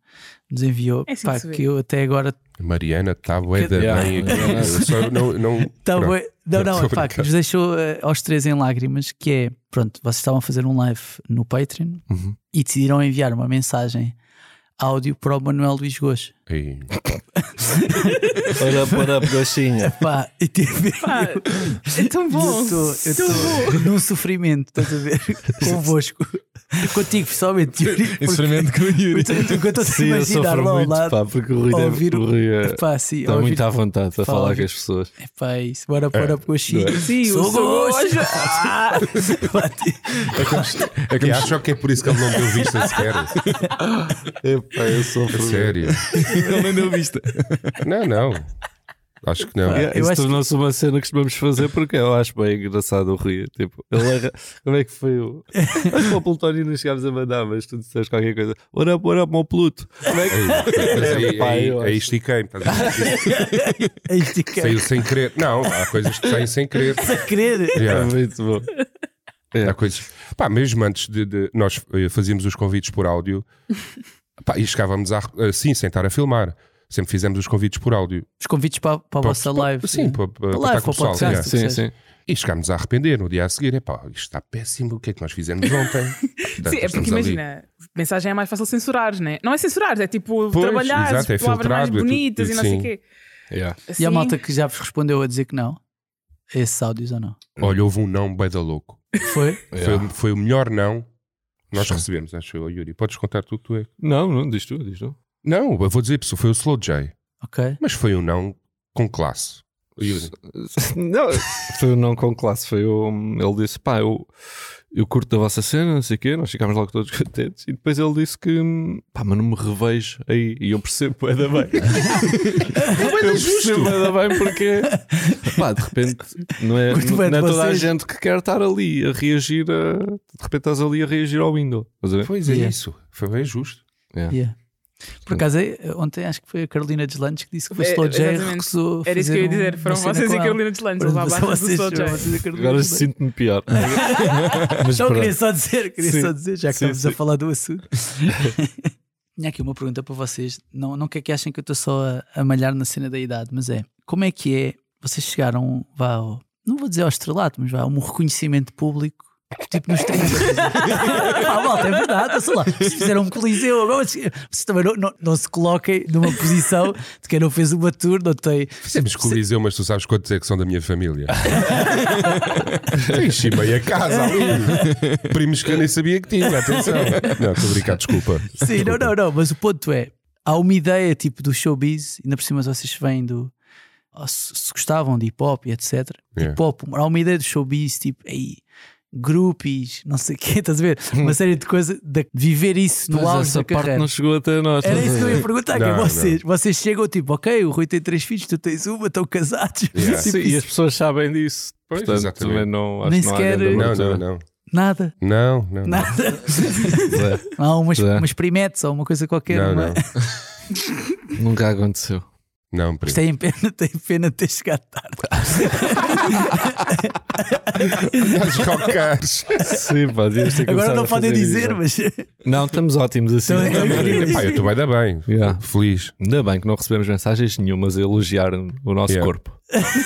S2: nos enviou.
S3: É assim
S2: Pá,
S3: que se vê.
S2: que eu até agora.
S6: Mariana está bué da
S5: Yeah.
S6: bem aqui. Eu só não, não,
S2: Tá
S6: pronto.
S2: bué- não,
S6: Estou
S2: não,
S6: a
S2: pá,
S6: brincar.
S2: que nos deixou eh, aos três em lágrimas, que é. Pronto, vocês estavam a fazer um live no Patreon
S5: Uhum.
S2: e decidiram enviar uma mensagem áudio para o Manuel Luís Gosto.
S6: Ei.
S5: Olha, pôr a pedacinha.
S2: Pá, e teve.
S3: Pá, é tão
S2: Eu
S3: bom. é
S2: estou- eu estou num sofrimento, estás a ver? Convosco. Contigo, pessoalmente, Yuri. porque-
S4: Experimento com o Yuri.
S2: porque eu estou a
S5: Sim, eu
S2: imaginar
S5: sofro
S2: lá ao
S5: muito,
S2: lado.
S5: pá, porque o Rui,
S2: ao
S5: deve-
S2: ouvir o-
S5: o Rui é-
S2: Pá, sim,
S5: está
S2: ao ouvir-
S5: muito à vontade a
S2: Pá,
S5: falar
S2: ouvir-
S5: com as pessoas.
S2: É pá, isso. Bora pôr a coxinha.
S5: é?
S3: Sim,
S2: Sou
S3: o sou
S2: gosto.
S3: hoje.
S2: Pá, ti-
S4: É como, se- é
S6: Que
S4: como se-
S6: acham que é por isso que ele não deu vista sequer. assim. A
S5: Epá, eu sofro.
S6: sério.
S4: ele nem
S2: é
S4: deu vista.
S6: Não, não. Acho que não.
S2: Pá. Eu
S5: isso
S2: acho que-
S5: tornou-se uma cena que costumamos fazer porque eu acho bem engraçado o Rui. Tipo, ele arra- como é que foi o. Acho que o Plutónio não chegámos a mandar, mas tu disseste qualquer coisa. Ora, ora, meu Pluto. Como é que.
S6: Mas aí,
S5: Pá,
S6: aí,
S5: eu
S6: aí
S5: acho.
S6: estiquei-me. estás a ver?
S2: é isto que
S6: Saiu sem querer. Não, há coisas que saem sem querer.
S2: a querer.
S5: É
S6: Yeah.
S5: muito bom.
S2: É.
S6: Há coisas. Pá, mesmo antes de, de- nós eh, fazíamos os convites por áudio pá, e chegávamos a, assim, sem estar a filmar. sempre fizemos os convites por áudio.
S2: Os convites para, para a
S6: Para-
S2: vossa
S6: para-
S2: live.
S6: Sim, para, para, para
S2: live,
S6: estar com o
S2: para o
S6: pessoal.
S2: podcast.
S6: yeah.
S5: Sim,
S2: Sim,
S5: sim.
S6: E chegámos a arrepender no dia a seguir. Epá, isto está péssimo, o que é que nós fizemos ontem?
S3: Sim, é porque imagina, mensagem é mais fácil censurar, né? não é censurar, é tipo
S6: Pois,
S3: trabalhar,
S6: exato, é
S3: palavras mais
S6: filtrado, é tudo-
S3: bonitas e não sei
S6: sim.
S3: o quê.
S2: E a
S3: Assim,
S2: malta que já vos respondeu a dizer que não, a esses áudios ou não?
S6: Olha, houve um não bem da louco.
S2: Foi?
S6: Foi, foi o melhor não que nós
S5: Sim.
S6: recebemos, acho eu, Yuri. Podes contar tu que tu é.
S5: Não, não, diz tu, diz tu.
S6: Não, eu vou dizer, pessoal, foi o Slow J.
S2: ok.
S6: Mas foi um não com classe. Yuri.
S5: Não, foi o não com classe. Foi o. Ele disse: pá, eu, eu curto da vossa cena, não sei o quê. Nós ficámos logo todos contentes. E depois ele disse que, pá, mas não me revejo aí. E eu percebo, é da bem. eu percebo, é da bem, porque, pá, de repente, não é,
S2: Curto
S5: não,
S2: bué de
S5: é toda a
S2: vocês.
S5: gente que quer estar ali a reagir. A, de repente estás ali a reagir ao window. Estás a ver?
S6: Pois é
S2: Yeah.
S6: isso. Foi bem justo.
S2: Yeah. Por acaso, eh, ontem acho que foi a Carolina Deslandes que disse que o
S3: É,
S2: Slow J
S3: exatamente.
S2: recusou.
S3: Era isso
S2: fazer
S3: que eu ia
S2: um-
S3: dizer,
S2: uma
S3: foram
S2: cena
S3: vocês
S2: com
S3: e a
S2: ela.
S3: Carolina de Lange, lá
S2: Foram
S3: abaixo do
S2: vocês,
S3: Soul
S2: foram
S3: Jazz.
S2: vocês e a Carolina
S5: Agora
S2: Deslandes.
S5: sinto-me pior.
S2: É,
S5: Mas
S2: Só Então, queria
S5: pronto.
S2: só dizer, queria
S5: Sim.
S2: só dizer, já que
S5: Sim,
S2: estamos a
S5: sim.
S2: falar do assunto. Tinha aqui uma pergunta para vocês. Não, não quer que achem que eu estou só a, a malhar na cena da idade, mas é como é que é? Vocês chegaram, vá, ao- não vou dizer ao estrelato, mas vá, a um reconhecimento público. Tipo nos 30. ah, malta, é verdade. Sei lá, vocês fizeram um coliseu. Agora vocês vocês também não, não, não se coloquem numa posição de quem não fez uma tour, não tem.
S6: Fizemos coliseu, mas tu sabes quantos é que são da minha família. Enchi meia casa ali. Primos que eu nem sabia que tinha, atenção. Não, estou a brincar, desculpa.
S2: Sim,
S6: Desculpa.
S2: não, não, não, mas o ponto é: há uma ideia tipo do showbiz, ainda por cima vocês vêm do. ou Se se gostavam de hip hop e etc.
S6: Yeah.
S2: Hip hop, há uma ideia do showbiz tipo aí, groupies, não sei o quê, estás a ver? Uma série de coisas, de viver isso no
S5: Pois,
S2: auge
S5: essa
S2: da
S5: parte
S2: carreira.
S5: não chegou até nós.
S2: Era
S5: estás a
S2: isso que eu ia
S5: ver?
S2: perguntar, que é
S6: Não, não.
S2: vocês, vocês chegam tipo, ok, o Rui tem três filhos, tu tens uma, estão casados,
S6: Yeah.
S2: Tipo,
S5: Sim, e
S2: isso-
S5: as pessoas sabem disso.
S6: Pois,
S5: Portanto,
S6: exatamente.
S5: também não, acho
S2: Nem
S5: que não há
S2: sequer-
S5: grande
S6: Não,
S5: abertura.
S6: não, não.
S2: nada,
S6: Não, não. não.
S2: nada.
S5: É.
S2: há umas,
S5: Zé.
S2: umas primetes ou uma coisa qualquer,
S6: Não,
S2: não,
S6: não.
S2: é?
S5: Nunca aconteceu.
S6: Não,
S2: Mas
S6: primo.
S2: Tem é pena, tem pena de ter chegado tarde.
S6: Estás rocares.
S5: Sim, pá, devias ter
S2: Agora
S5: começado
S2: não
S5: a
S2: podem
S5: fazer
S2: dizer,
S5: isso.
S2: mas.
S5: Não, estamos ótimos assim.
S2: Então, então,
S6: Epá, Eu estou bem, da bem.
S5: Yeah.
S6: Feliz.
S5: Ainda bem que não recebemos mensagens nenhumas a elogiar o nosso
S6: Yeah.
S5: corpo.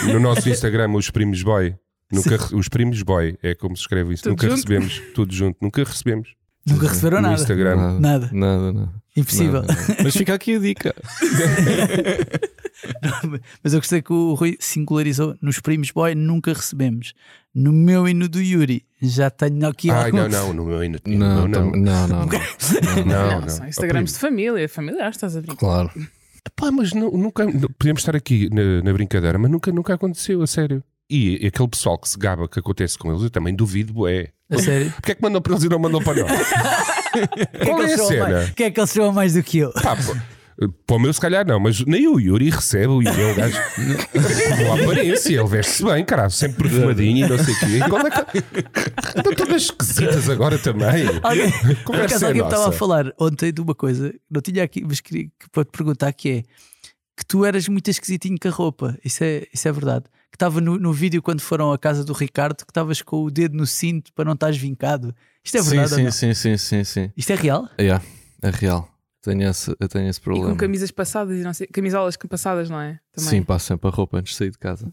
S6: No nosso Instagram, os primos boy. Nunca re- Os primos boy, é como se escreve isso.
S3: Tudo
S6: nunca
S3: junto?
S6: recebemos, tudo junto, nunca recebemos.
S2: Nunca receberam
S6: Uhum. no
S2: nada.
S6: Instagram.
S5: Nada,
S2: Nada.
S5: nada, nada.
S2: Impossível.
S5: Nada, nada. Mas fica aqui a dica.
S2: Mas eu gostei que o Rui singularizou nos primos boy, nunca recebemos. No meu e no do Yuri, já tenho aqui
S6: Ai,
S2: algum-
S6: não, não, no meu ainda.
S5: Não,
S6: Não, não.
S5: tam- não, não, não.
S6: Não,
S3: Não,
S6: não.
S3: são
S6: Ó, primo.
S3: Instagrams de família, familiares, estás a brincar.
S5: Claro.
S6: Pá, mas nu- nunca. nu- Podemos estar aqui na, na brincadeira, mas nunca, nunca aconteceu, a sério. E aquele pessoal que se gaba que acontece com eles, eu também duvido, bué.
S2: A sério.
S6: Porquê é que mandam para eles e não mandam para nós? Qual
S2: Quem
S6: é a
S2: que eles chamam mais-
S6: cena?
S2: Quem é que eles chamam mais do que eu?
S6: Pá, pô, para o meu, se calhar não, mas nem o Yuri recebe. O Yuri é um gajo. Boa aparência, ele veste-se bem, caralho, sempre perfumadinho e não sei o quê. Qual é que. Estão todas esquisitas agora também.
S2: Alguém, por
S6: Conversa
S2: acaso
S6: é
S2: alguém me estava a
S6: nossa.
S2: falar ontem de uma coisa, não tinha aqui, mas queria que- para te perguntar que é que tu eras muito esquisitinho com a roupa, isso é, isso é verdade. Que estava no, no vídeo quando foram à casa do Ricardo, que estavas com o dedo no cinto para não estares vincado. Isto é
S5: sim,
S2: verdade ou
S5: sim,
S2: não?
S5: sim, sim, sim, sim.
S2: Isto é real?
S5: Yeah, é real. Tenho esse, eu tenho esse
S3: E
S5: problema.
S3: com camisas passadas e não sei, camisolas que passadas, não é? Também.
S5: Sim, passo sempre a roupa antes de sair de casa.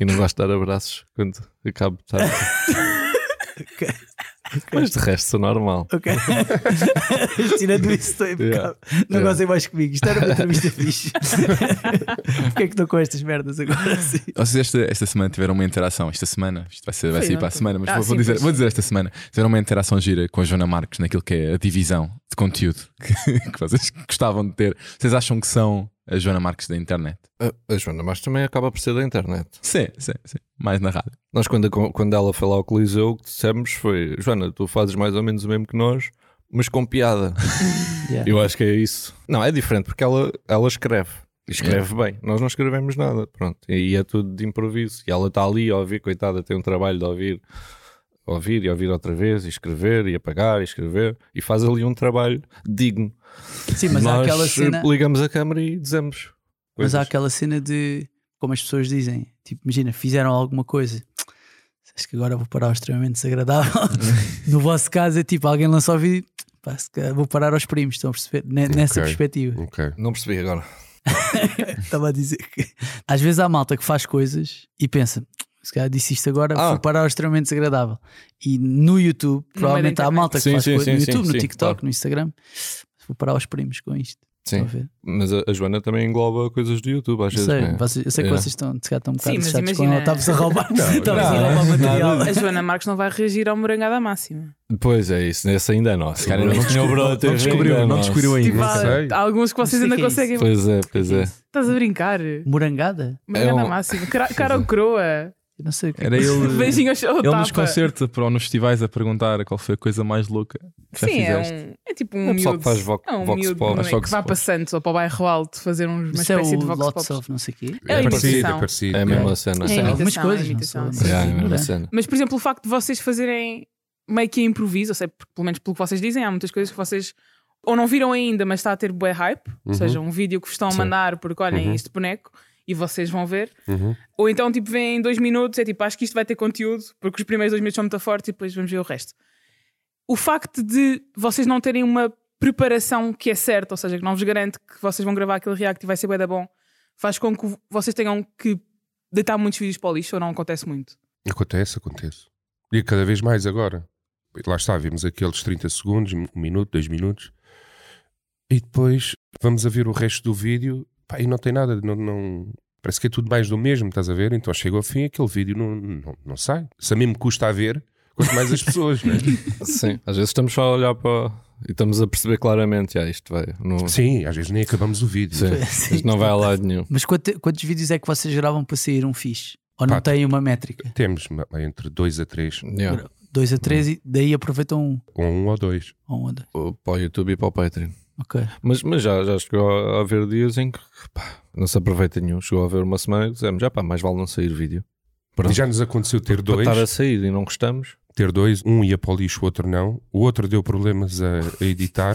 S5: E não gosto de dar abraços quando acabo de estar.
S2: Ok.
S5: Mas de resto sou normal.
S2: Ok. Tirando isso, estou impecável. Não
S5: Yeah.
S2: gozem mais comigo. Isto era uma entrevista fixe. Porquê é que estou com estas merdas agora? Assim?
S4: Vocês esta, esta semana tiveram uma interação, esta semana, isto vai, ser, vai
S3: Foi
S4: sair para a
S3: ontem.
S4: semana, mas
S3: Ah,
S4: vou, vou
S3: sim,
S4: dizer,
S3: pois.
S4: vou dizer esta semana. Tiveram uma interação gira com a Joana Marques naquilo que é a divisão de conteúdo que, que vocês gostavam de ter. Vocês acham que são a Joana Marques da internet?
S5: A, a Joana, mas também acaba por ser da internet.
S4: Sim, sim, sim. Mais na rádio.
S5: Nós, quando, quando ela foi lá ao Coliseu, o que dissemos foi: Joana, tu fazes mais ou menos o mesmo que nós, mas com piada.
S2: Yeah.
S5: Eu acho que é isso. Não, é diferente, porque ela, ela escreve. E Escreve bem. Nós não escrevemos nada. Pronto. E é tudo de improviso. E ela está ali a ouvir, coitada, tem um trabalho de ouvir. Ouvir e ouvir outra vez, e escrever, e apagar, e escrever, e faz ali um trabalho digno.
S2: Sim, mas há
S5: Nós
S2: aquela cena.
S5: ligamos a câmera e dizemos.
S2: Mas há
S5: coisas.
S2: aquela cena de, como as pessoas dizem, tipo, imagina, fizeram alguma coisa. Acho que agora vou parar ao extremamente desagradável. no vosso caso é tipo, alguém lançou o vídeo, pá, se calhar vou parar aos primos, estão a perceber? Ne- Nessa
S6: Ok.
S2: perspectiva.
S6: Ok.
S5: Não percebi agora.
S2: Estava a dizer que às vezes há malta que faz coisas e pensa, se calhar disse isto agora,
S5: Ah.
S2: foi parar ao extremamente desagradável. E no YouTube, provavelmente há
S3: internet.
S2: malta que
S5: Sim,
S2: faz
S5: sim,
S2: coisas
S5: sim,
S2: no
S5: sim,
S2: YouTube, no
S5: sim,
S2: TikTok,
S5: claro.
S2: no Instagram. Vou parar aos primos com isto. Estão a ver?
S5: Mas a, a Joana também engloba coisas do YouTube, às
S2: Eu
S5: vezes.
S2: sei,
S5: não é?
S2: vocês- eu sei que
S5: É.
S2: vocês estão, se calhar, estão um bocado
S3: mas
S2: chatos com
S3: imagina-
S2: ela. Estavas a roubar, estavas a
S5: não,
S2: roubar material.
S3: A Joana Marques não vai reagir ao morangada máxima.
S5: Pois é, isso. Essa ainda é nossa.
S4: Cara, não
S5: Tinha o Bro
S4: descobriu,
S5: TV
S4: não descobriu,
S5: ainda é
S4: não
S5: nosso.
S4: descobriu ainda.
S3: Tipo,
S6: não sei.
S3: há, há alguns que vocês
S2: Não sei
S3: ainda
S2: o que é
S3: conseguem.
S5: Pois é, pois é.
S3: Estás a brincar?
S2: Morangada?
S3: Morangada
S5: É um-
S3: máxima. Cara, cara ou croa.
S2: Eu não sei o que é.
S4: Era ele,
S3: Beijinho ao show.
S4: ele nos
S3: tapa.
S4: concertos ou nos festivais a perguntar qual foi a coisa mais louca que já
S3: Sim, é,
S4: fizeste.
S3: um, é tipo um
S5: É o pessoal
S3: miúdo.
S5: que faz vox-
S3: é um
S5: vox
S3: miúdo
S5: pop.
S3: não é,
S4: Faz vox
S3: que vai
S4: pop.
S3: para Santos ou para o bairro alto fazer uns- uma
S2: Isso é
S3: espécie de
S2: o
S3: vox
S2: Lots
S3: pop.
S2: of não sei o quê.
S3: É
S6: É parecido,
S3: imitação.
S6: é parecido.
S5: É a mesma
S3: É
S5: cena.
S2: Sei,
S3: imitação,
S2: algumas coisas.
S3: é
S2: não sei,
S3: imitação,
S2: não
S3: sim.
S5: É,
S2: sei.
S5: é a mesma
S2: Ignorante.
S5: cena.
S3: Mas, por exemplo, o facto de vocês fazerem meio que improviso, ou seja, porque, pelo menos pelo que vocês dizem, há muitas coisas que vocês ou não viram ainda, mas está a ter bué hype, ou seja, um vídeo que vos estão a mandar porque olhem
S6: Uhum.
S3: este boneco e vocês vão ver.
S6: Uhum.
S3: Ou então, tipo, vem dois minutos, é tipo, acho que isto vai ter conteúdo, porque os primeiros dois minutos são muito fortes e depois vamos ver o resto. O facto de vocês não terem uma preparação que é certa, ou seja, que não vos garante que vocês vão gravar aquele react e vai ser bué da bom, faz com que vocês tenham que deitar muitos vídeos para o lixo ou não acontece muito.
S6: Acontece, acontece. E cada vez mais agora. Lá está, vimos aqueles 30 segundos, um minuto, dois minutos. E depois vamos a ver o resto do vídeo pá, e não tem nada, não, não- Parece que é tudo mais do mesmo, estás a ver? Então chega ao fim aquele vídeo não, não, não sai. Se a mim me custa a ver, quanto mais as pessoas, não é?
S5: Sim, às vezes estamos só a olhar para. E estamos a perceber claramente, já isto vai. Não,
S6: Sim, às vezes nem acabamos o vídeo.
S5: Sim.
S2: Sim.
S5: isto não vai a lado nenhum.
S2: Mas quanto- quantos vídeos é que vocês gravam para sair um fixe? Ou não
S6: Pá,
S2: têm uma métrica?
S6: Temos ma- entre dois a três,
S5: Yeah.
S2: Dois a três e daí aproveitam um.
S6: ou um ou dois.
S2: Ou um a dois.
S5: O- Para o YouTube e para o Patreon.
S2: Ok.
S5: Mas, mas já, já chegou a a haver dias em que pá, não se aproveita nenhum. Chegou a haver uma semana e dizemos: já pá, mais vale não sair vídeo. Pronto.
S6: E já nos aconteceu ter
S5: Para
S6: dois.
S5: estar a sair e não gostamos.
S6: ter dois, um ia para o lixo, o outro não. O outro deu problemas a, a editar.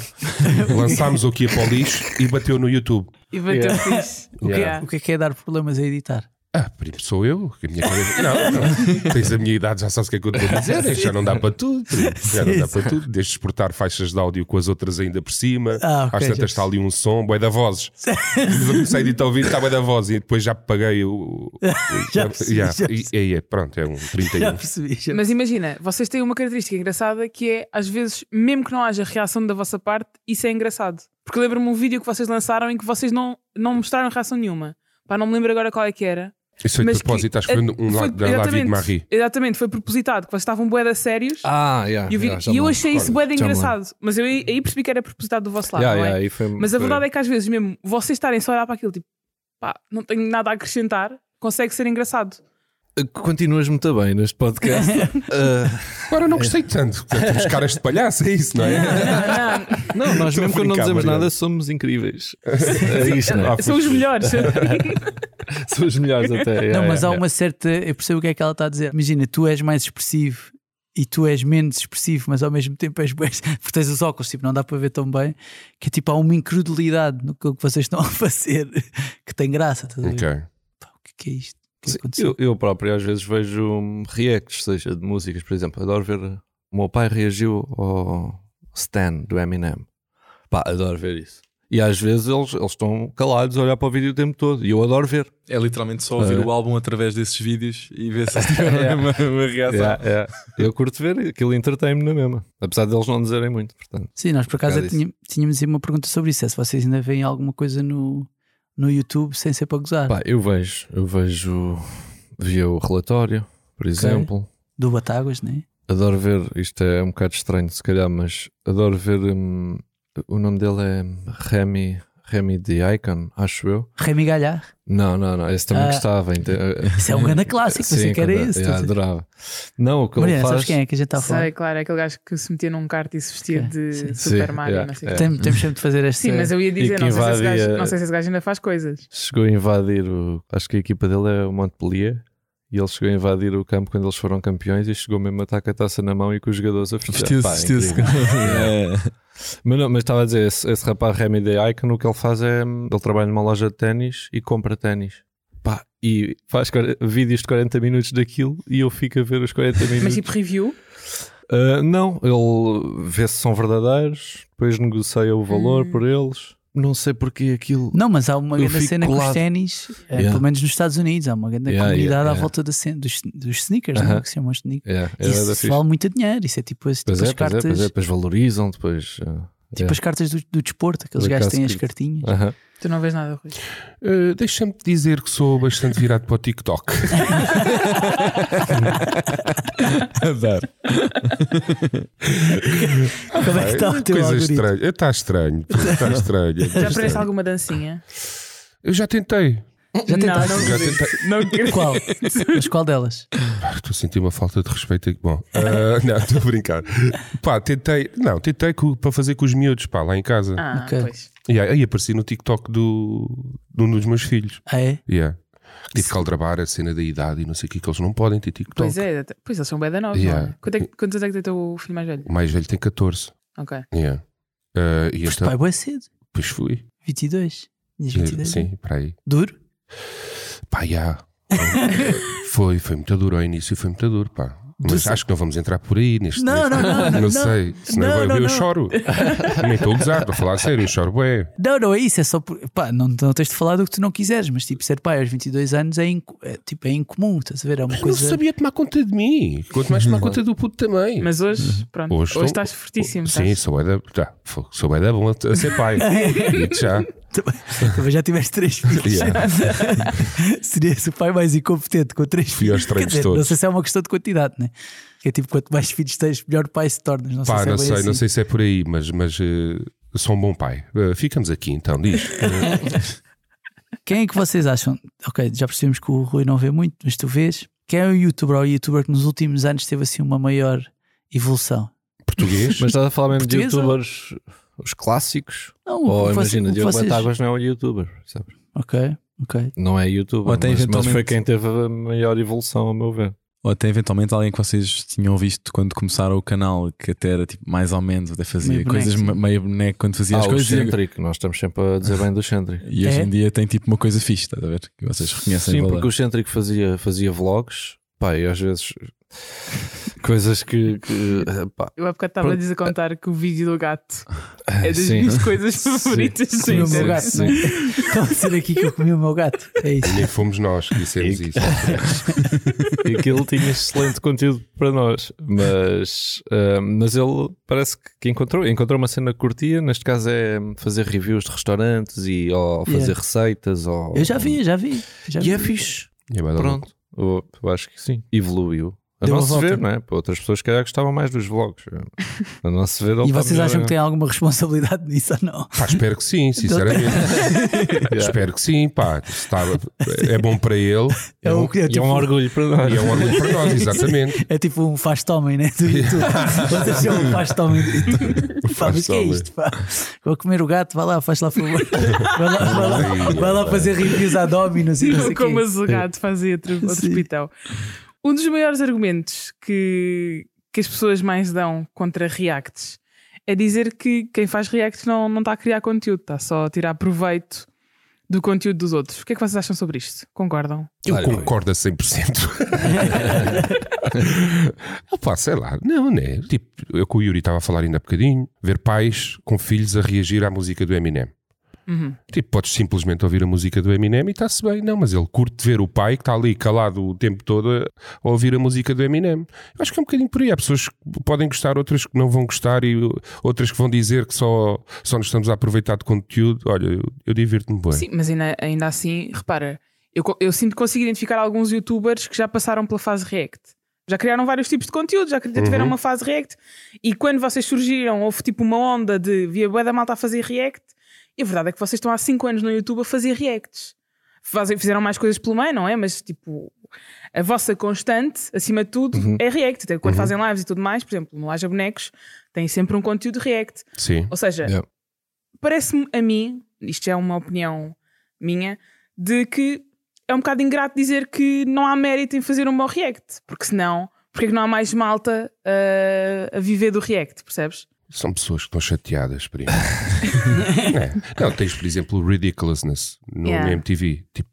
S6: Lançámos o que ia para o lixo e bateu no YouTube.
S3: E vai ter
S5: Yeah.
S3: fixe. Yeah.
S2: O que é que é dar problemas a editar?
S6: Ah, primo, sou eu? que A minha cabeça... Não, não, tens a minha idade, já sabes o que é que eu te vou dizer. Isto Já não dá para tudo. primo. Já não dá para tudo. Deixa exportar faixas de áudio com as outras ainda por cima.
S2: Ah, ok,
S6: Às
S2: já
S6: tantas está ali um som, boi da vozes. Eu comecei a editar o vídeo, está boi da voz. E depois já paguei o.
S2: Já percebi,
S6: Yeah,
S2: já
S6: e- e aí é, pronto, é um 31.
S2: Já percebi. já
S3: Mas imagina, vocês têm uma característica engraçada que é, às vezes, mesmo que não haja reação da vossa parte, isso é engraçado. Porque lembro-me um vídio que vocês lançaram em que vocês não, não mostraram reação nenhuma. Pá, não me lembro agora qual é que era.
S6: Isso foi de
S3: Mas que-
S6: propósito, acho que foi
S3: eh,
S6: um lado da Lavi de
S3: exatamente,
S6: Marie.
S3: Exatamente, foi propositado, que vocês estavam boeda sérios.
S5: Ah, yeah,
S3: e o vídeo-
S5: yeah, já
S3: e
S5: me
S3: eu
S5: lembro.
S3: achei isso boeda
S5: Já me lembro.
S3: engraçado. Mas eu aí, aí percebi que era propositado do vosso lado,
S5: Yeah,
S3: não é?
S5: yeah, aí foi-
S3: Mas a
S5: foi-
S3: verdade é que às vezes mesmo vocês estarem só a olhar para aquilo, tipo, pá, não tenho nada a acrescentar, consegue ser engraçado.
S5: Continuas muito bem neste podcast. Ah,
S6: Agora não gostei tanto. portanto, Temos caras de palhaço, é isso, não é?
S3: Não, não.
S5: não, nós
S6: Estou a
S5: mesmo quando não
S6: brincar,
S5: dizemos
S6: Mariana.
S5: nada somos incríveis. é isto, não é?
S3: São os melhores.
S5: Somos melhores até. é, yeah,
S2: Não, mas
S5: yeah,
S2: há uma certa. Eu percebo o que é que ela está a dizer. Imagina, tu és mais expressivo e tu és menos expressivo, mas ao mesmo tempo és bem. Porque tens os óculos, tipo, não dá para ver tão bem. Que é tipo, há uma incredulidade no que que vocês estão a fazer que tem graça. Estás a ver?
S6: ok.
S2: Pá, o que é que é isto? O que é que
S5: Sim,
S2: aconteceu?
S5: Eu, eu próprio às vezes vejo hum, reacts, seja de músicas, por exemplo. Adoro ver. O meu pai reagiu ao Stan do Eminem. Pá, adoro ver isso. E às vezes eles, eles estão calados a olhar para o vídeo o tempo todo. E eu adoro ver.
S4: É literalmente só ouvir
S5: É.
S4: o álbum através desses vídeos e ver se eles tiveram uma, uma reação.
S5: É, Eu curto ver, aquilo entretém-me na mesma. Apesar de eles não dizerem muito, portanto.
S2: Sim, nós por acaso
S5: causa disso.
S2: tínhamos, tínhamos aí uma pergunta sobre isso. É se vocês ainda veem alguma coisa no, no YouTube sem ser para gozar.
S5: Pá, eu vejo, eu vejo. Via o relatório, por exemplo.
S2: Do Batáguas, não é?
S5: Adoro ver, isto é um bocado estranho se calhar, mas adoro ver. hum, o nome dele é Remy, Remy The Icon, acho eu.
S2: Remy Galhar.
S5: Não, não, não, esse também
S2: Ah.
S5: gostava. ente-
S2: Isso é um grande clássico. Pensei que era
S5: quando- é,
S2: esse.
S5: yeah,
S2: Estás a dizer-
S5: adorava. Não, o que
S2: Mariana,
S5: ele faz.
S2: sabes quem é que a gente está a falar?
S3: Sei, claro, é aquele gajo que se metia num kart e se vestia
S2: Ok,
S3: de
S2: sim.
S3: Super
S5: Sim,
S3: Mario,
S5: yeah,
S3: não sei o
S5: é.
S3: quê.
S2: Tem- temos sempre de fazer esta.
S3: Sim, mas eu ia dizer,
S5: que
S3: não sei, se esse
S5: invadia-
S3: gajo, não sei se esse gajo ainda faz coisas.
S5: Chegou a invadir o. Acho que a equipa dele é o Montpellier. E ele chegou a invadir o campo quando eles foram campeões e chegou mesmo a estar com a taça na mão e com os jogadores a festejar.
S4: Vestiu-se,
S5: Pá,
S4: vestiu-se.
S5: incrível. Mas, não, mas estava a dizer, esse, esse rapaz Remy The Icon, o que ele faz é. hum, Ele trabalha numa loja de ténis e compra ténis. Pá, e faz quar- vídeos de 40 minutos daquilo e eu fico a ver os 40 minutos.
S3: Mas tipo review,
S5: Ah, não, ele vê se são verdadeiros, depois negocia o valor por eles. não sei porque aquilo.
S2: Hum. Não, mas há uma
S5: Eu
S2: grande
S5: fico
S2: cena com os
S5: colado.
S2: ténis, eh,
S5: Yeah.
S2: pelo menos nos Estados Unidos, há uma grande
S5: Yeah,
S2: comunidade
S5: yeah,
S2: à
S5: yeah.
S2: volta da cena, dos, dos sneakers, não é?
S5: Aham.
S2: que se chamam os sneakers.
S5: É, é
S2: isso
S5: da
S2: se
S5: fixe.
S2: vale muito dinheiro, isso é tipo as, tipo
S5: Pois é,
S2: as
S5: pois é,
S2: cartas,
S5: pois é, depois valorizam, depois. ah,
S2: tipo as cartas do, do desporto, aqueles
S5: Por
S2: gajos que têm as
S5: acaso que-
S2: cartinhas.
S5: aham.
S3: Tu não vês nada, Rui.
S6: Uh, Deixa-me te dizer que sou bastante virado para o TikTok.
S4: Adoro.
S5: Ah,
S2: Como é que está o teu
S6: Coisa
S2: algoritmo?
S6: estranha. Está estranho. Está estranho.
S3: Já
S6: Está
S3: aparece
S6: estranho.
S3: alguma dancinha?
S6: Eu já tentei.
S2: Já tentaste?
S3: Não, não
S6: Já
S3: acredito.
S6: tentei.
S3: Não acredito.
S2: Qual? Mas qual delas?
S6: Pá, Estou a sentir uma falta de respeito. aqui. Bom, ah, não, estou a brincar. Pá, tentei. Não, tentei co- para fazer com os miúdos, pá, lá em casa.
S3: Ah,
S2: Ok.
S3: pois.
S6: E aí, aí apareci no TikTok do, de um dos meus filhos.
S2: Ah, é?
S6: Yeah. Tive que aldrabar a cena da idade e não sei o que, que eles não podem ter TikTok.
S3: Pois é, até- pois eles são bem da nova.
S6: Yeah.
S3: não é? Quanto é que- Quantos é que tem o teu filho mais velho?
S6: O mais velho tem 14.
S3: Ok.
S6: Yeah. Ah, e
S2: Foste
S6: então,
S2: pai boa cedo.
S6: depois fui.
S2: 22. Tinhas
S5: Eh,
S2: 22.
S6: Sim, para aí.
S2: Duro?
S6: Pá, já. foi, foi muito duro ao início, foi muito duro, pá. Mas
S2: Tu-
S6: acho que não vamos entrar por aí neste.
S2: Não,
S6: neste-
S2: não, não, não,
S6: Não,
S2: não.
S6: sei. Senão
S2: Não,
S6: eu,
S2: não,
S6: eu
S2: não.
S6: choro. Nem estou a gozar, estou a falar a sério, eu choro. Ué,
S2: Não, não é isso. É só. por- Pá, não, não tens de falar do que tu não quiseres, mas tipo, ser pai aos 22 anos é, inco- é, tipo, é incomum, estás a ver? É Uhum. uma
S6: não
S2: coisa.
S6: sabia tomar conta de mim. Quanto mais tomar conta do puto também.
S3: Mas hoje,
S5: Uhum.
S3: pronto,
S6: Hoje
S3: hoje,
S6: estou-
S3: estás fortíssimo.
S6: Sim,
S3: estás?
S6: sou bué da, tá, fogo, sou bué da bom a a ser pai. Digo-te já.
S2: Também já tiveste três filhos.
S6: Yeah.
S2: Serias o pai mais incompetente com três
S6: Fui aos
S2: filhos.
S6: treinos
S2: Quer dizer,
S6: todos.
S2: Não sei se é uma questão de quantidade, né? Que é tipo, quanto mais filhos tens, melhor pai se tornas. Não sei
S6: Pá,
S2: se é
S6: não
S2: bem
S6: sei,
S2: assim.
S6: não sei se é por aí, mas, mas eh, sou um bom pai. Eh, ficamos aqui então, diz. Eh,
S2: Quem é que vocês acham? Ok, já percebemos que o Rui não vê muito, mas tu vês. Quem é o youtuber ou youtuber que nos últimos anos teve assim uma maior evolução?
S6: português.
S5: Mas estás a falar mesmo de
S2: Portuguesa?
S5: youtubers, os clássicos?
S2: Não, o
S5: Ou
S2: que vocês-
S5: Oh,
S2: o
S5: imagina,
S2: que
S5: Diogo
S2: vocês-
S5: Batáguas não é um youtuber, sabes?
S2: Ok, ok.
S5: Não é youtuber,
S4: Ou até
S5: mas, mas
S4: eventualmente-
S5: foi quem teve a maior evolução, a meu ver.
S4: Ou até eventualmente alguém que vocês tinham visto quando começaram o canal, que até era tipo mais ou menos, até fazia
S2: Meio boneco,
S4: coisas
S2: sim.
S4: me- meio boneco quando fazia
S5: Ah,
S4: as
S5: o
S4: coisas. E,
S5: Centric, nós estamos sempre a dizer bem do Centric.
S4: e hoje
S2: É?
S4: em dia tem tipo uma coisa fixe, estás a ver? Que vocês reconhecem é.
S5: Sim,
S4: valor.
S5: porque o Centric fazia, fazia vlogs, pá, e às vezes coisas que. que, eh, pá,
S3: Eu há bocado estava a
S5: Pronto.
S3: dizer contar que o vídeo do gato é das
S5: sim.
S3: minhas coisas
S5: Sim,
S3: favoritas do
S2: Comi o meu
S3: internet.
S2: gato, não é? Estão a dizer aqui que eu comi o meu gato. É isso.
S6: Nem fomos nós que dissemos isso.
S5: E aquilo tinha excelente conteúdo para nós, mas, eh, mas ele parece que- que encontrou, encontrou uma cena que curtia. Neste caso é fazer reviews de restaurantes e ou fazer
S2: Yeah.
S5: receitas. Ou,
S2: Eu já vi, já vi. Já
S5: E é
S2: vi.
S5: fixe.
S6: E é bué da bom.
S5: Pronto, eu, eu acho que sim, evoluiu. A
S2: Deu
S5: não
S2: a
S5: se
S2: volta.
S5: ver, não é? Para outras pessoas, se calhar gostavam mais dos vlogs. A não se ver, ele
S2: E
S5: está
S2: vocês
S5: melhor né?
S2: acham que
S5: agora.
S2: têm alguma responsabilidade nisso ou não?
S6: Pá, espero que sim,
S2: Então
S6: sinceramente. Espero que sim, pá. Se tá- é bom para ele
S2: É, o-
S5: E
S2: é tipo,
S5: é um orgulho para nós.
S6: e é um orgulho para nós, exatamente.
S2: é tipo um faz-tomem, né? Do YouTube. Vocês são um faz-tomem do
S5: Um
S2: YouTube. Pá, mas o que é
S6: Faz-tomem.
S2: isto? Pá? Vou comer o gato, vai lá, faz lá, por favor. Vai lá, vai lá, vai lá fazer reviews à Dominos e não sei o quê.
S3: Tipo, Como assim? a gato fazia outro, outro
S2: Sim.
S3: pitão. Um dos maiores argumentos que, que as pessoas mais dão contra reacts é dizer que quem faz reacts não, não está a criar conteúdo, está só a tirar proveito do conteúdo dos outros. O que é que vocês acham sobre isto? Concordam?
S6: Eu
S5: Olha,
S6: concordo a 100%. ah, pá, sei lá, não, né? Tipo, eu com o Yuri estava a falar ainda há bocadinho, ver pais com filhos a reagir à música do Eminem. Tipo, podes simplesmente ouvir a música do Eminem e está-se bem. Não, mas ele curte ver o pai que está ali calado o tempo todo a a ouvir a música do Eminem. Eu acho que é um bocadinho por aí. Há pessoas que podem gostar, outras que não vão gostar e uh, outras que vão dizer que só, só nos estamos a aproveitar de conteúdo. Olha, eu, eu divirto-me bem.
S3: Sim, mas ainda, ainda assim, repara, eu, co- eu sinto que consigo identificar alguns youtubers que já passaram pela fase React. Já criaram vários tipos de conteúdo, já cri- tiveram uma fase React. E quando vocês surgiram, houve tipo uma onda de via bué da malta a fazer React. E a verdade é que vocês estão há 5 anos no YouTube a fazer Reacts. Fazem- fizeram mais coisas pelo meio, não é? Mas tipo, a vossa constante, acima de tudo, é React. Até quando fazem lives e tudo mais, por exemplo, no Haja Bonecos, tem sempre um conteúdo React.
S6: Sim.
S3: Ou seja,
S5: Yeah.
S3: parece-me a mim, isto é uma opinião minha, de que é um bocado ingrato dizer que não há mérito em fazer um bom react, porque senão, porque é que não há mais malta ah, a viver do react, percebes?
S6: São pessoas que estão chateadas, primo. é. Não, tens, por exemplo, o Ridiculousness no
S3: Yeah.
S6: no MTV. Tipo,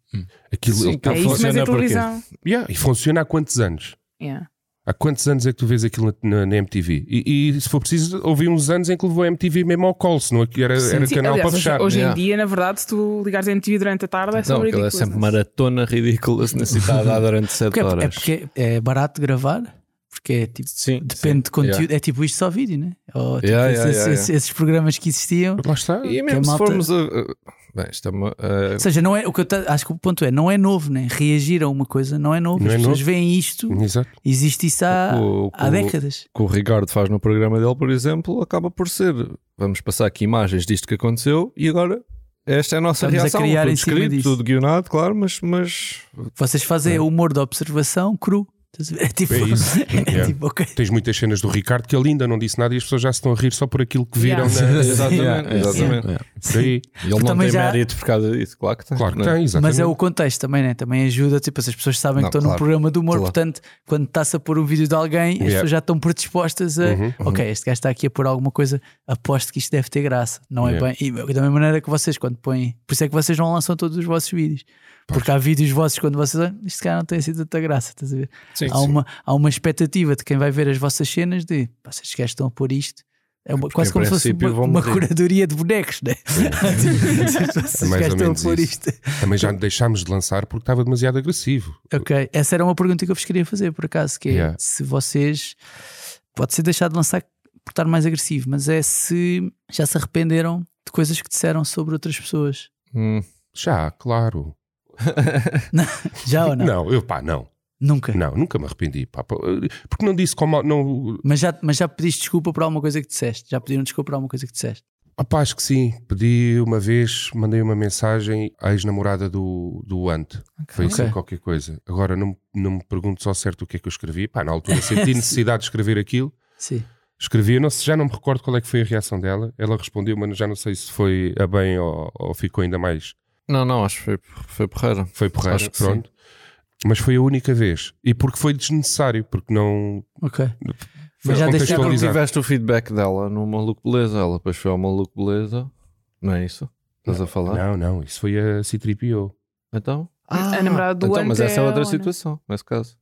S6: aquilo
S5: Sim,
S6: ele está
S5: Ah,
S3: é isso, mas
S5: funciona
S3: é
S5: porquê?
S3: televisão.
S6: Yeah, E funciona há quantos anos?
S3: Yeah.
S6: Há quantos anos é que tu vês aquilo na, na- na MTV? E, e, se for preciso, houve uns anos em que levou a MTV mesmo ao colo, senão aqui era, era
S3: Sim,
S6: canal
S3: aliás,
S6: para
S3: hoje-
S6: fechar.
S3: Hoje,
S5: Yeah.
S3: em dia, na verdade, se tu ligares a MTV durante a tarde, é
S5: Não,
S3: sobre
S5: aquilo é sempre maratona ridícula se necessitar dar durante
S2: assim. Porque
S5: 7
S2: é, é
S5: horas.
S2: porque é barato gravar, porque é tipo.
S5: Sim,
S2: Depende de conteúdo, é tipo isto só vídeo, né? Ou tipo,
S5: Yeah, yeah,
S2: esses,
S5: yeah,
S2: esses- esses programas que existiam.
S6: Lá está.
S5: E é mesmo
S2: é Que a
S5: se
S2: malta-
S5: formos a. Bem, isto é uma. eh,
S2: Ou seja, não é, o que eu ta- acho que o ponto é, não é novo, né? Reagir a uma coisa não é novo.
S6: Não
S2: As
S6: é
S2: pessoas
S6: novo.
S2: veem isto,
S6: Exato.
S2: existe isso há,
S5: o-
S2: há
S5: o-
S2: décadas.
S5: que o Ricardo faz no programa dele, por exemplo, acaba por ser. Vamos passar aqui imagens disto que aconteceu e agora esta é a nossa
S2: Estamos a
S5: reação.
S2: criar
S5: tudo
S2: em cima
S5: escrito,
S2: disso.
S5: tudo guionado, claro, mas, mas
S2: Vocês fazem humor da observação cru. Estás a ver? É tipo,
S6: É isso.
S2: é
S6: Yeah.
S2: tipo ok.
S6: Tens muitas cenas do Ricardo que ele ainda não disse nada e as pessoas já se estão a rir só por aquilo que viram.
S3: Yeah.
S6: na-
S5: é, Exatamente,
S4: Yeah,
S5: exatamente.
S4: yeah.
S6: Por aí.
S5: E ele não
S2: também
S5: tem
S2: Então, já-
S5: mérito por causa disso, claro que tem.
S6: Claro que
S5: não é?
S6: tem, exatamente.
S2: Mas é o contexto também, né? Também ajuda, tipo, as pessoas sabem
S5: Não,
S2: que estão num
S5: claro.
S2: programa de humor,
S5: Claro.
S2: portanto, quando está-se a pôr um vídeo de alguém, as
S6: Yeah.
S2: pessoas já estão predispostas a,
S6: Uhum,
S2: ok, este gajo está aqui a pôr alguma coisa, aposto que isto deve ter graça, não
S6: Yeah.
S2: é bem? E da mesma maneira que vocês, quando põem, por isso é que vocês não lançam todos os vossos vídeos, porque há vídeos vossos quando vocês olham, isto cara não tem sido tanta graça, estás a ver?
S5: Sim,
S2: há, Uma, há uma expectativa de quem vai ver as vossas cenas de, pá, se estes gajos estão a pôr isto. É uma, quase
S5: em
S2: como se fosse
S5: princípio
S2: uma,
S5: vão
S2: uma
S5: morrer.
S2: curadoria de bonecos, né? Se os gajos
S6: É mais ou
S2: estão a
S6: menos
S2: pôr
S6: isso.
S2: isto.
S6: Também já deixámos de lançar porque estava demasiado agressivo.
S2: Ok, essa era uma pergunta que eu vos queria fazer, por acaso, que é
S6: Yeah.
S2: se vocês pode ser deixar de lançar por estar mais agressivo, mas é se já se arrependeram de coisas que disseram sobre outras pessoas.
S5: Hum.
S6: Já, claro.
S2: Já ou não?
S6: Não, eu pá, não.
S2: Nunca.
S6: Não, nunca me arrependi. Pá, Pá, porque não disse como. Não,
S2: Mas, já, mas já pediste desculpa por alguma coisa que disseste? Já pediram desculpa por alguma coisa que disseste?
S6: Apá, acho que sim. Pedi uma vez, mandei uma mensagem à ex-namorada do, do Ante. Foi assim
S2: Ok.
S6: qualquer coisa. Agora não, não me pergunto só certo o que é que eu escrevi. Pá, na altura senti necessidade de escrever aquilo.
S2: Sim.
S6: Escrevi, eu não, sei- já não me recordo qual é que foi a reação dela. Ela respondeu, mas já não sei se foi a bem ou, ou ficou ainda mais.
S5: Não, não, acho que foi, foi porreira.
S6: Foi porrada,
S5: Acho que
S6: pronto. Mas foi a única vez. E porque foi desnecessário, porque não.
S2: Ok.
S6: Foi
S2: Mas já deixaram-
S5: Porque
S6: contextualizado.
S5: tiveste o feedback dela no Maluco Beleza, ela depois foi ao Maluco Beleza, não é isso? Estás a falar?
S6: Não, não, isso foi a Citripio.
S5: Então?
S2: É
S3: A namorada do
S5: então,
S3: Ante
S5: mas essa é
S3: a
S5: outra
S3: Ana.
S5: situação, nesse caso.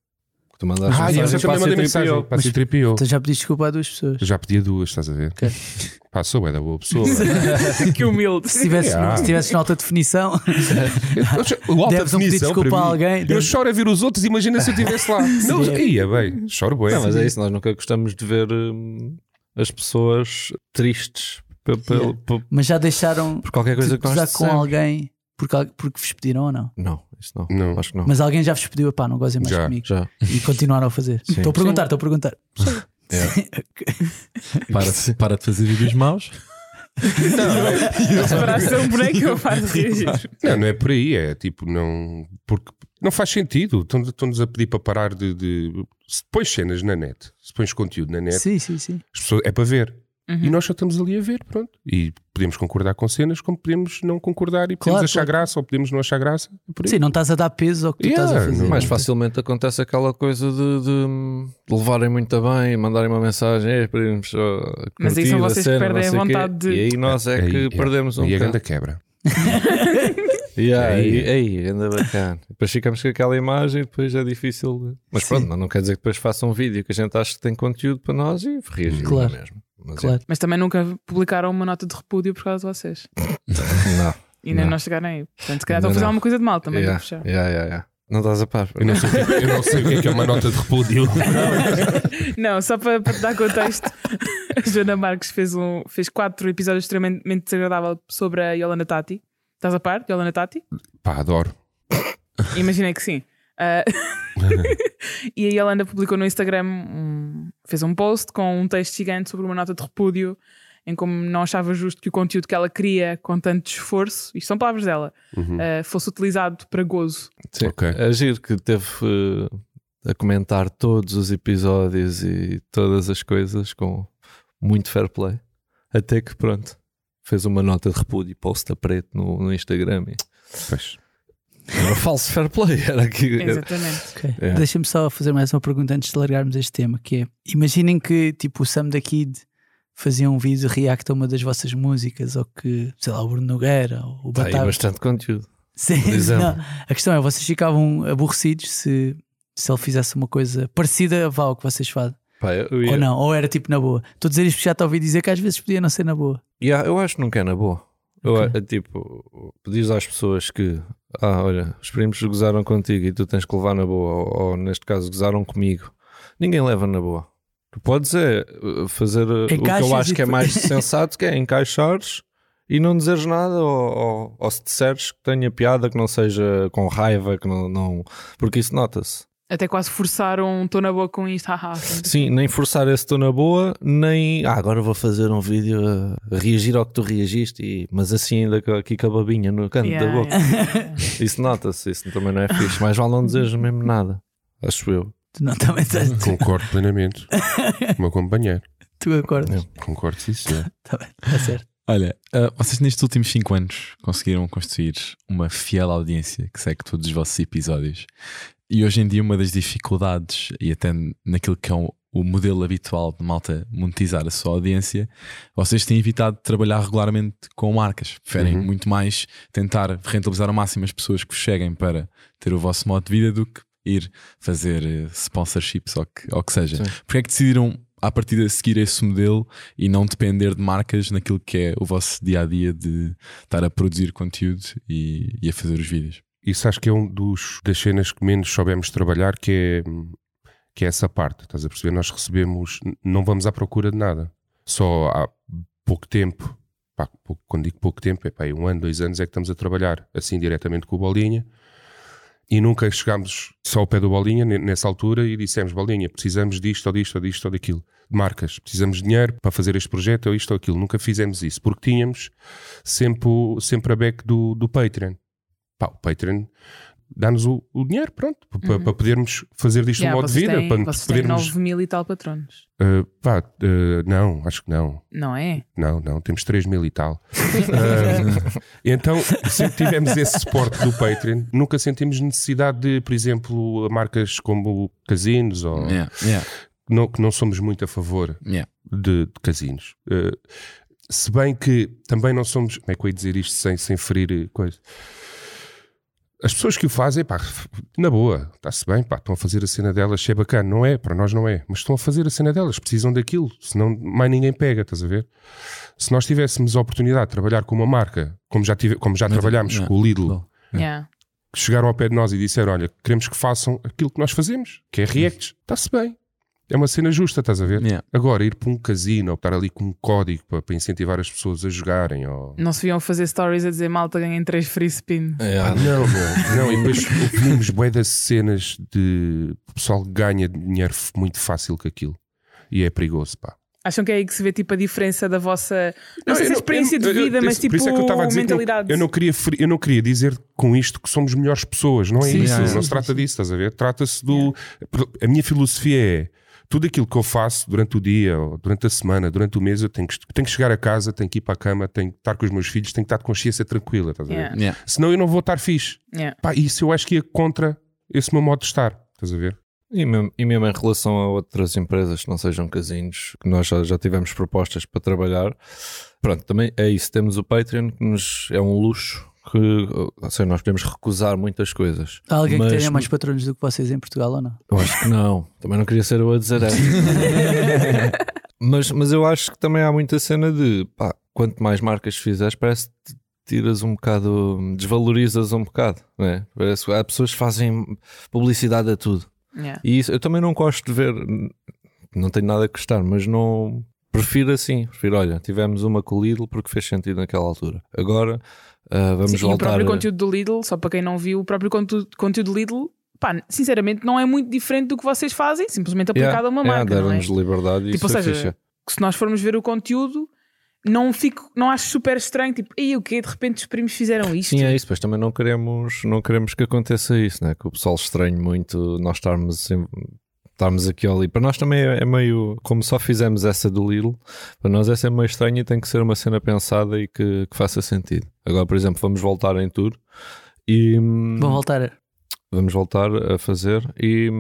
S5: Que tu mandaste
S6: Ah, e
S5: mensagem
S6: eu também
S5: para a
S6: mandei
S5: C3PO.
S6: mensagem para a
S2: Mas-
S6: Citripio.
S2: Então já pediste desculpa a duas pessoas.
S6: Já pedi duas, estás a ver?
S2: Ok.
S6: Pá, sou é da boa pessoa.
S3: que humilde.
S2: Se tivesses,
S6: Yeah.
S2: se tivesses na alta definição,
S6: o alta
S2: deves um pedido de
S6: definição
S2: desculpa
S6: para
S2: a
S6: mim.
S2: alguém.
S6: Eu
S2: deves-
S6: choro a ver os outros, imagina se eu estivesse lá. Não,
S2: Sim.
S6: ia bem, choro bem.
S5: Não, mas é isso, nós nunca gostamos de ver hum, as pessoas tristes pe- pe-
S2: Yeah.
S5: pe-
S2: Mas já deixaram
S5: por qualquer coisa
S2: de
S5: que nós
S2: gozar com
S5: dissemos.
S2: alguém porque, al- porque vos pediram ou não?
S5: Não, isso não.
S6: Não.
S5: Acho que não.
S2: Mas alguém já vos pediu, pá, não gozem mais
S6: Já.
S2: comigo.
S5: Já.
S2: E continuaram a fazer.
S5: Sim.
S2: Estou a perguntar, estou a perguntar.
S4: Para, de- para de fazer vídeos maus.
S3: Se parar a ser um boneco, eu faço reagir.
S6: Não, não é por aí, é tipo, não. Porque não faz sentido. Estão- Estão-nos a pedir para parar de, de- Se pões cenas na net, se pões conteúdo
S5: É.
S6: na net,
S2: Sim, sim, sim.
S6: as pessoas- é para ver.
S5: Uhum.
S6: E nós só estamos ali a ver, pronto. E podemos concordar com cenas, como podemos não concordar e podemos
S2: Claro,
S6: achar
S2: claro.
S6: graça ou podemos não achar graça. É por aí.
S2: Sim, não estás a dar peso ao que tu
S6: Yeah,
S2: estás a fazer.
S6: não-
S5: é Mais facilmente acontece aquela coisa de, de- de levarem muito a bem, mandarem uma mensagem, "Ei, primos, ó,
S3: Mas aí são
S5: curti a
S3: vocês que
S5: cena, não
S3: perdem a
S5: sei o quê."
S3: vontade de-
S5: E aí nós é,
S6: Aí,
S5: que
S6: é.
S5: perdemos um
S6: E a
S5: bocado.
S6: grande quebra.
S5: Yeah,
S6: Aí,
S5: aí,
S6: é.
S5: aí, anda bacana. depois ficamos com aquela imagem e depois é difícil. de- Mas
S2: Sim.
S5: pronto, não, não quer dizer que depois faça um vídeo que a gente acha que tem conteúdo para nós e reagir é
S2: Claro.
S5: mesmo. Mas
S2: Claro.
S3: Mas também nunca publicaram uma nota de repúdio por causa de vocês.
S5: é, não.
S3: E nem
S5: Não.
S3: nós chegaram aí. Portanto, se calhar estão
S5: Ainda
S3: a fazer
S5: não.
S3: alguma coisa de mal também.
S5: Yeah,
S3: vou puxar.
S5: yeah, yeah, yeah. Não estás a par.
S6: Eu não sei o que é, que- eu não sei o que é que é uma nota de repúdio.
S3: Não, só para, para te dar contexto, a Joana Marques fez, um, fez quatro episódios extremamente desagradáveis sobre a Yolanda Tati. Estás a par, Yolanda Tati?
S6: Pá, adoro.
S3: Imaginei que sim. Ah, e a Yolanda publicou no Instagram, um- fez um post com um texto gigante sobre uma nota de repúdio em como não achava justo que o conteúdo que ela cria com tanto esforço, isto são palavras dela, ah, fosse utilizado para gozo.
S5: Sim.
S6: Uhum. Ok.
S5: A é Giro que teve eh, a comentar todos os episódios e todas as coisas com muito fair play. Até que pronto, fez uma nota de repúdio e posta preto no, no Instagram. E...
S6: Pois.
S5: Era um falso fair play. Era que...
S3: Exatamente.
S2: Ok.
S5: Yeah.
S2: Deixa-me só fazer mais uma pergunta antes de largarmos este tema, que é imaginem que tipo o Sam da Kid fazia um vídeo react a uma das vossas músicas, ou que, sei lá, o Bruno Nogueira, ou o
S5: Tá aí
S2: Batata.
S5: bastante conteúdo.
S2: Sim,
S5: exemplo.
S2: não. A questão é, vocês ficavam aborrecidos se, se ele fizesse uma coisa parecida vá ao que vocês fazem.
S5: Pá, eu, ia-
S2: Ou não, ou era tipo na boa. Estou a dizer isto porque já te ouvi dizer que às vezes podia não ser na boa.
S5: Yeah, eu acho que nunca é na boa. Eu,
S2: Ok.
S5: a- tipo, pedires às pessoas que, ah, olha, os primos gozaram contigo e tu tens que levar na boa, ou, ou, neste caso gozaram comigo. Ninguém leva na boa. Tu podes é uh, fazer uh, o que
S2: Encaixas
S5: eu acho
S2: e
S5: que é
S2: tu-
S5: mais sensato, que é encaixares e não dizeres nada, ou, ou, ou se disseres que tenha piada, que não seja com raiva, que não. não porque isso nota-se.
S3: Até quase forçaram um tô na boa com isto. haha.
S5: Sim, nem forçar esse estou na boa, nem "Ah, agora vou fazer um vídeo a a reagir ao que tu reagiste, e- mas assim ainda co- aqui com a babinha no canto
S3: Yeah,
S5: da boca. Isso nota-se, isso também não é fixe. Mais vale não dizeres mesmo nada, acho eu.
S2: Tu não também estás
S6: Concordo plenamente. O meu companheiro.
S2: tu acordas.
S6: Concordo, sim, senhor.
S2: Tá bem, está certo.
S4: Olha, ah, vocês nestes últimos 5 anos conseguiram construir uma fiel audiência que segue todos os vossos episódios. E hoje em dia, uma das dificuldades, e até naquilo que é o, o modelo habitual de malta monetizar a sua audiência, vocês têm evitado trabalhar regularmente com marcas. Preferem
S6: Uhum.
S4: muito mais tentar rentabilizar ao máximo as pessoas que vos cheguem para ter o vosso modo de vida do que ir fazer eh, sponsorships ou que, ou que seja.
S5: Sim.
S4: Porquê é que decidiram, à partida, seguir esse modelo e não depender de marcas naquilo que é o vosso dia a dia de estar a produzir conteúdo e, e a fazer os vídeos?
S6: Isso acho que é um dos das cenas que menos soubemos trabalhar, que é, que é essa parte. Estás a perceber? Nós recebemos, n- não vamos à procura de nada. Só há pouco tempo, pá, pouco- quando digo pouco tempo, é pá, aí um ano, dois anos é que estamos a trabalhar assim diretamente com o Bolinha. E nunca chegámos só ao pé do Bolinha ne- nessa altura e dissemos: Bolinha, precisamos disto ou disto ou disto ou daquilo. De marcas, precisamos de dinheiro para fazer este projeto ou isto ou aquilo. Nunca fizemos isso porque tínhamos sempre, o- sempre a back do, do Patreon. Pá, o Patreon dá-nos o, o dinheiro, pronto, pa- para, podermos fazer disto
S3: Yeah,
S6: um modo de
S3: vocês
S6: vida.
S3: têm-
S6: para nos
S3: vocês têm
S6: podermos.
S3: 9 mil e tal patronos.
S6: Uh, pá, uh, não, acho que não.
S3: Não é?
S6: Não, não, temos 3 mil e tal. Ah, então, sempre tivemos esse suporte do Patreon, nunca sentimos necessidade de, por exemplo, marcas como casinos, ou,
S4: Yeah, yeah,
S6: não, que não somos muito a favor
S4: yeah.
S6: de, de casinos. Ah, se bem que também não somos. Como é que eu ia dizer isto sem, sem ferir eh, coisa? As pessoas que o fazem, pá, na boa, está-se bem, pá, estão a fazer a cena delas, se é bacana, não é? Para nós não é, mas estão a fazer a cena delas, precisam daquilo, senão mais ninguém pega, estás a ver? Se nós tivéssemos a oportunidade de trabalhar com uma marca, como já, tive, como já
S4: Mas,
S6: trabalhámos
S4: não,
S6: com o Lidl,
S4: Lidl.
S3: Yeah.
S6: que chegaram ao pé de nós e disseram: Olha, queremos que façam aquilo que nós fazemos, que é reacts, está-se bem. É uma cena justa, estás a ver?
S4: Yeah.
S6: Agora, ir para um casino ou estar ali com um código para, para incentivar as pessoas a jogarem ou.
S3: Não se viam fazer stories a dizer malta ganhem 3 free spin.
S6: Ah, não, meu. Não, e depois ouvimos bué das cenas de o pessoal ganha dinheiro f- muito fácil com aquilo. E é perigoso, pá.
S3: Acham que é aí que se vê tipo a diferença da vossa. Não,
S6: Não,
S3: sei se
S6: eu
S3: é
S6: não-
S3: experiência
S6: eu-
S3: de
S6: eu- eu-
S3: vida, mas
S6: por
S3: tipo
S6: isso é que eu estava a dizer que não-
S3: mentalidade.
S6: Eu não, queria, feri- eu não queria dizer com isto que somos melhores pessoas, não é
S4: Sim,
S6: isso?
S4: sim, sim,
S6: não se trata disso, estás a ver? Trata-se do. A minha filosofia é. Tudo aquilo que eu faço durante o dia, ou durante a semana, durante o mês, eu tenho que, tenho que chegar a casa, tenho que ir para a cama, tenho que estar com os meus filhos, tenho que estar de consciência tranquila, estás a ver?
S3: Yeah,
S4: Yeah.
S6: Senão eu não vou estar fixe.
S3: yeah.
S6: Pá, isso eu acho que ia contra esse meu modo de estar, estás a ver?
S5: E mesmo, e mesmo em relação a outras empresas que não sejam casinos, que nós já, já tivemos propostas para trabalhar, pronto, também é isso. Temos o Patreon, que nos é um luxo, que ou seja, nós podemos recusar muitas coisas.
S2: Há alguém
S5: Mas-
S2: que tenha mais patronos do que vocês em Portugal ou não?
S5: Eu acho que não. Também não queria ser eu a dizer essa. mas, mas eu acho que também há muita cena de pá, quanto mais marcas fizeres, parece que te tiras um bocado, desvalorizas um bocado, né? Parece que há pessoas que fazem publicidade a tudo.
S3: yeah.
S5: E isso eu também não gosto de ver, não tenho nada a gostar, mas não. Prefiro assim, prefiro, olha, tivemos uma com o Lidl porque fez sentido naquela altura. Agora ah, vamos
S3: Sim, e o
S5: voltar.
S3: próprio
S5: a-
S3: conteúdo do Lidl, só para quem não viu, o próprio conteúdo, conteúdo do Lidl, pá, sinceramente, não é muito diferente do que vocês fazem, simplesmente
S5: Yeah,
S3: aplicado a uma
S5: yeah,
S3: marca. não é?
S5: Deram-nos liberdade e
S3: Tipo,
S5: isso
S3: ou
S5: é
S3: seja,
S5: fixe.
S3: que se nós formos ver o conteúdo, não fico, não acho super estranho, tipo, ei, o quê? De repente os primos fizeram isto.
S5: Sim, é isso, pois também não queremos, não queremos que aconteça isso, né? que o pessoal estranhe muito nós estarmos, em- estarmos aqui ou ali. Para nós também é, é meio, como só fizemos essa do Lidl, para nós essa é meio estranha e tem que ser uma cena pensada e que, que faça sentido. Agora, por exemplo, vamos voltar em tour e hum,
S2: Vão voltar.
S5: vamos voltar a fazer e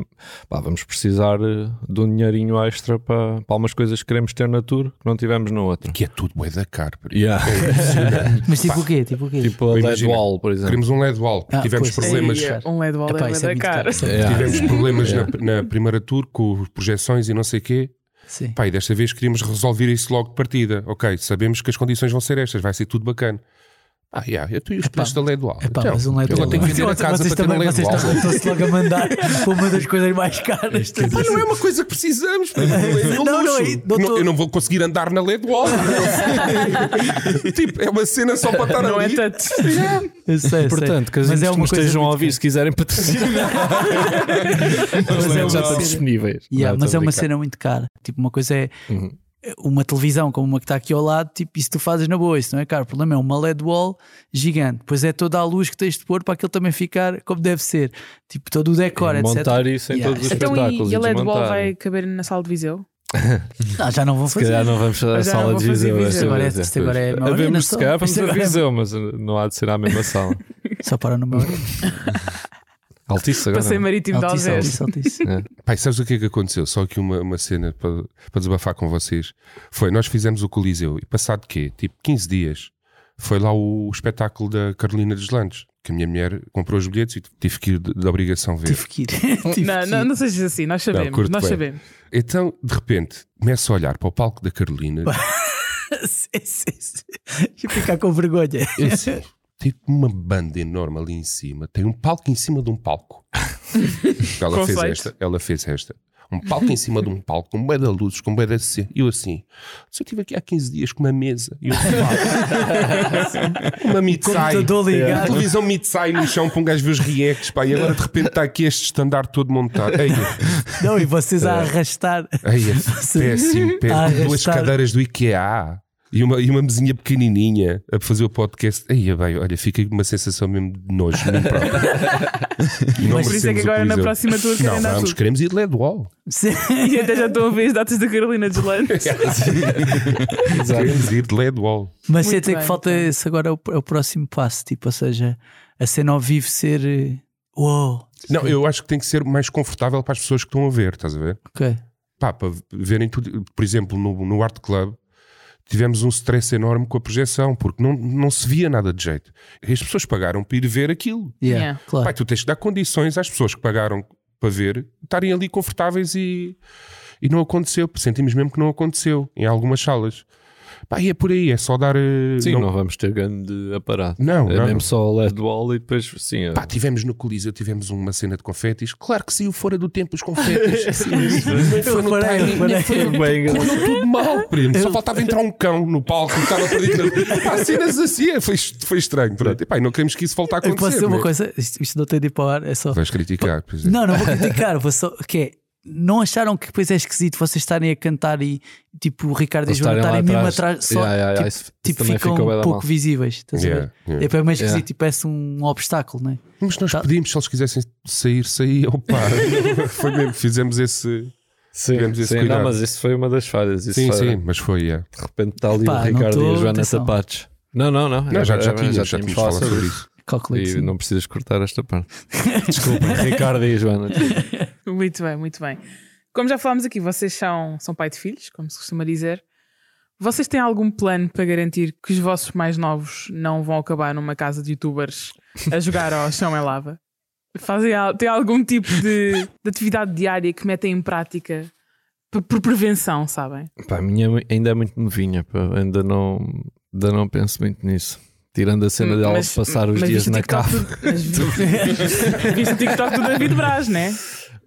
S5: pá, vamos precisar eh, de um dinheirinho extra para, para algumas coisas que queremos ter na tour que não tivemos na outra.
S6: Que é tudo bué da caro. por exemplo.
S5: Yeah.
S2: Mas tipo o quê? Tipo o quê?
S5: tipo a LED
S6: Imagina,
S5: wall, por exemplo.
S6: Queremos um LED wall. porque
S2: Ah,
S6: tivemos
S2: pois.
S6: problemas,
S2: Ei,
S3: Um LED ball
S2: Epá,
S3: é
S2: isso
S3: da
S2: muito
S3: cara.
S2: isso é muito
S5: Yeah.
S6: tivemos problemas
S2: É.
S6: na, na primeira tour com projeções e não sei o quê.
S2: caro. Sim.
S6: Pá, e desta vez queríamos resolver isso logo de partida. Ok, sabemos que as condições vão ser estas, vai ser tudo bacana. Ah, yeah, eu tu e os preços da Ledual.
S2: Epá, mas um LED
S6: então, eu
S2: wall.
S6: tenho que vender a
S2: Vocês-
S6: casa
S2: vocês
S6: para ter um
S2: também,
S6: LED
S2: vocês
S6: wall.
S2: também estão-se logo a mandar para uma das coisas mais caras.
S6: Pá, não é uma coisa que precisamos. pá, é um
S2: Não, não,
S6: luxo.
S2: é- não
S6: Não,
S2: tô-
S6: Eu não vou conseguir andar na Ledual. tipo, é uma cena só para estar
S3: Não é
S6: ali.
S3: tanto.
S2: Eu sei, eu
S5: Portanto,
S2: sei.
S5: casinhos
S2: Mas é
S5: que
S2: uma
S5: nos
S2: coisa
S5: estejam a
S2: muito
S5: ouvir, se quiserem patrocinar,
S2: cara. Mas é
S5: já
S2: uma
S5: estão
S2: cena-
S5: disponíveis.
S2: Yeah,
S5: Não,
S2: mas é
S5: estou a
S2: uma
S5: brincar.
S2: cena muito cara. Tipo, uma coisa é uma televisão como uma que está aqui ao lado, tipo, isso tu fazes na boa, isso não é caro. O problema é uma LED wall gigante. Pois é toda a luz que tens de pôr para aquilo também ficar como deve ser. Tipo, todo o decor, etc.
S5: É Montar isso é em
S2: Yeah.
S5: todos os
S3: Então
S5: espetáculos.
S3: e, e a LED
S5: desmontar.
S3: ball vai caber na sala de Viseu?
S2: Ah, já não vão
S5: Se calhar
S2: fazer.
S5: não vamos à
S3: Mas já
S5: sala
S3: não
S5: de
S3: vou fazer
S5: Viseu.
S3: Viseu.
S5: esta
S2: Agora é-
S5: vez,
S2: isto agora é
S5: pois.
S2: uma orina
S5: Havemos, se
S2: só.
S5: calhar vamos
S2: Isto
S5: a
S2: agora é-
S5: Viseu, mas não há de ser à mesma sala.
S2: Só para no meu.
S5: Altice agora.
S3: Passei
S5: não.
S3: marítimo de
S2: Altice,
S3: Algés.
S2: altice, altice.
S6: Pai, sabes o que é que aconteceu? Só aqui uma, uma cena para, para desabafar com vocês. Foi, nós fizemos o Coliseu e passado quê? Tipo 15 dias foi lá o espetáculo da Carolina dos Landes, que a minha mulher comprou os bilhetes e tive que ir de, de obrigação ver.
S2: Tive que ir. Tive
S3: Não,
S2: que
S3: não,
S2: ir.
S3: não sejas assim, nós sabemos.
S6: curto
S3: nós
S6: bem.
S3: sabemos.
S6: Então, de repente, começo a olhar para o palco da Carolina
S2: Sim, sim, sim. Deixa eu ficar com vergonha.
S6: e assim, tem uma banda enorme ali em cima, tem um palco em cima de um palco. ela fez
S3: Conceito.
S6: esta, ela fez esta. Um palco em cima de um palco, com um bué de luzes, com um bué de cena. E eu assim, se eu estive aqui há 15 dias com uma mesa e um sofá, uma mitzai,
S2: Computador
S6: uma
S2: ligado.
S6: televisão mitzai no chão para um gajo ver os reacts, pá, e agora de repente está aqui este estandarte todo montado. Ei,
S2: Não, e vocês
S5: É.
S2: a arrastar.
S6: Ai, é péssimo, péssimo.
S2: Ah,
S6: Duas
S2: estar-
S6: cadeiras do IKEA e uma, e uma mesinha pequenininha a fazer o podcast. Ai, é bem, olha, fica uma sensação mesmo de nojo. de mim próprio. E não
S3: Mas por isso é que
S6: merecemos o
S3: agora na
S6: Coliseu.
S3: próxima tour
S6: Não,
S3: querem dar
S6: vamos,
S3: tudo.
S6: queremos ir de LED wall.
S2: Sim.
S3: E até já estou a ver as datas da Carolina dos Landes.
S6: Queremos ir de LED wall.
S2: Mas
S3: Muito
S2: sei até
S3: bem,
S2: que falta
S3: muito bem.
S2: esse agora é o, é o próximo passo, tipo, ou seja, a cena ao vivo ser eh, uou,
S6: Não, eu acho que tem que ser mais confortável para as pessoas que estão a ver, estás a ver?
S2: ok.
S6: Pá, para verem tudo. Por exemplo, no, no Art Club. Tivemos um stress enorme com a projeção, porque não, não se via nada de jeito. E As pessoas pagaram para ir ver aquilo.
S2: Yeah,
S3: Yeah.
S2: Claro.
S6: Pai, tu tens de dar condições às pessoas que pagaram para ver estarem ali confortáveis e, e não aconteceu. Sentimos mesmo que não aconteceu em algumas salas. Pá, e é por aí, é só dar. eh,
S5: Sim, não...
S6: não-
S5: vamos ter grande aparado.
S6: Não,
S5: é
S6: não, não.
S5: mesmo só o LED wall e depois sim. é-
S6: Pá, tivemos no Coliseu, tivemos uma cena de confetis. Claro que saiu fora do timpo os confetis. foi no
S2: Reparei,
S6: timing.
S2: reparei.
S5: Bem engraçado.
S6: Correu tudo mal, primo. Só faltava entrar um cão no palco e estava perdido. Pá, cenas assim, é, foi, foi estranho. Pronto. E, pá, e não queremos que isso volte a
S2: Eu
S6: acontecer.
S2: posso dizer uma
S6: né?
S2: coisa, isto, isto não tem de ir para o ar, é só.
S6: Vais criticar, pois é.
S2: Não, não vou criticar, vou só. Que é, não acharam que depois é esquisito vocês estarem a cantar e tipo o Ricardo e
S5: Eles
S2: João
S5: estarem lá
S2: estarem mesmo
S5: atrás.
S2: atrás, só
S5: Yeah, yeah,
S2: tipo,
S5: yeah, isso- é isso
S2: tipo,
S5: também
S2: ficam
S5: ficou bué da
S2: pouco
S5: mal.
S2: visíveis, estás a
S6: Yeah,
S2: ver?
S6: yeah.
S2: É para mais esquisito,
S5: Yeah.
S2: tipo, parece um obstáculo, não é?
S6: Mas nós
S2: Tá.
S6: pedimos, se eles quisessem sair, saíam, pá. foi mesmo, fizemos esse.
S5: Sim,
S6: Tivemos esse
S5: sim, não,
S6: cuidado.
S5: mas isso foi uma das falhas. Isso
S6: sim,
S5: foi-
S6: sim, mas foi, é.
S5: De repente está ali
S2: Pá,
S5: o
S2: não
S5: Ricardo
S2: tô-
S5: e a Joana
S2: atenção.
S5: Sapatos. Não, não, não.
S6: Não, já,
S5: era-
S6: já
S5: era-
S6: tínhamos, já tínhamos falado sobre isso.
S3: é
S2: Calculei que
S5: E
S2: sim.
S5: não precisas cortar esta parte. Desculpa, Ricardo e a Joana.
S3: Muito bem, muito bem. Como já falámos aqui, vocês são, são pai de filhos, como se costuma dizer. Vocês têm algum plano para garantir que os vossos mais novos não vão acabar numa casa de youtubers a jogar ao chão em lava? Fazem, al- têm algum tipo de, de atividade diária que metem em prática por, por prevenção, sabem?
S5: Pá, a minha ainda é muito novinha, pá, ainda, não, ainda não penso muito nisso. Tirando a cena de ela
S3: Hum, Mas-
S5: passar os
S3: mas é
S5: dias
S3: viste o
S5: na
S3: TikTok
S5: cave.
S3: do- mas vi- Viste o TikTok do David Braz, né?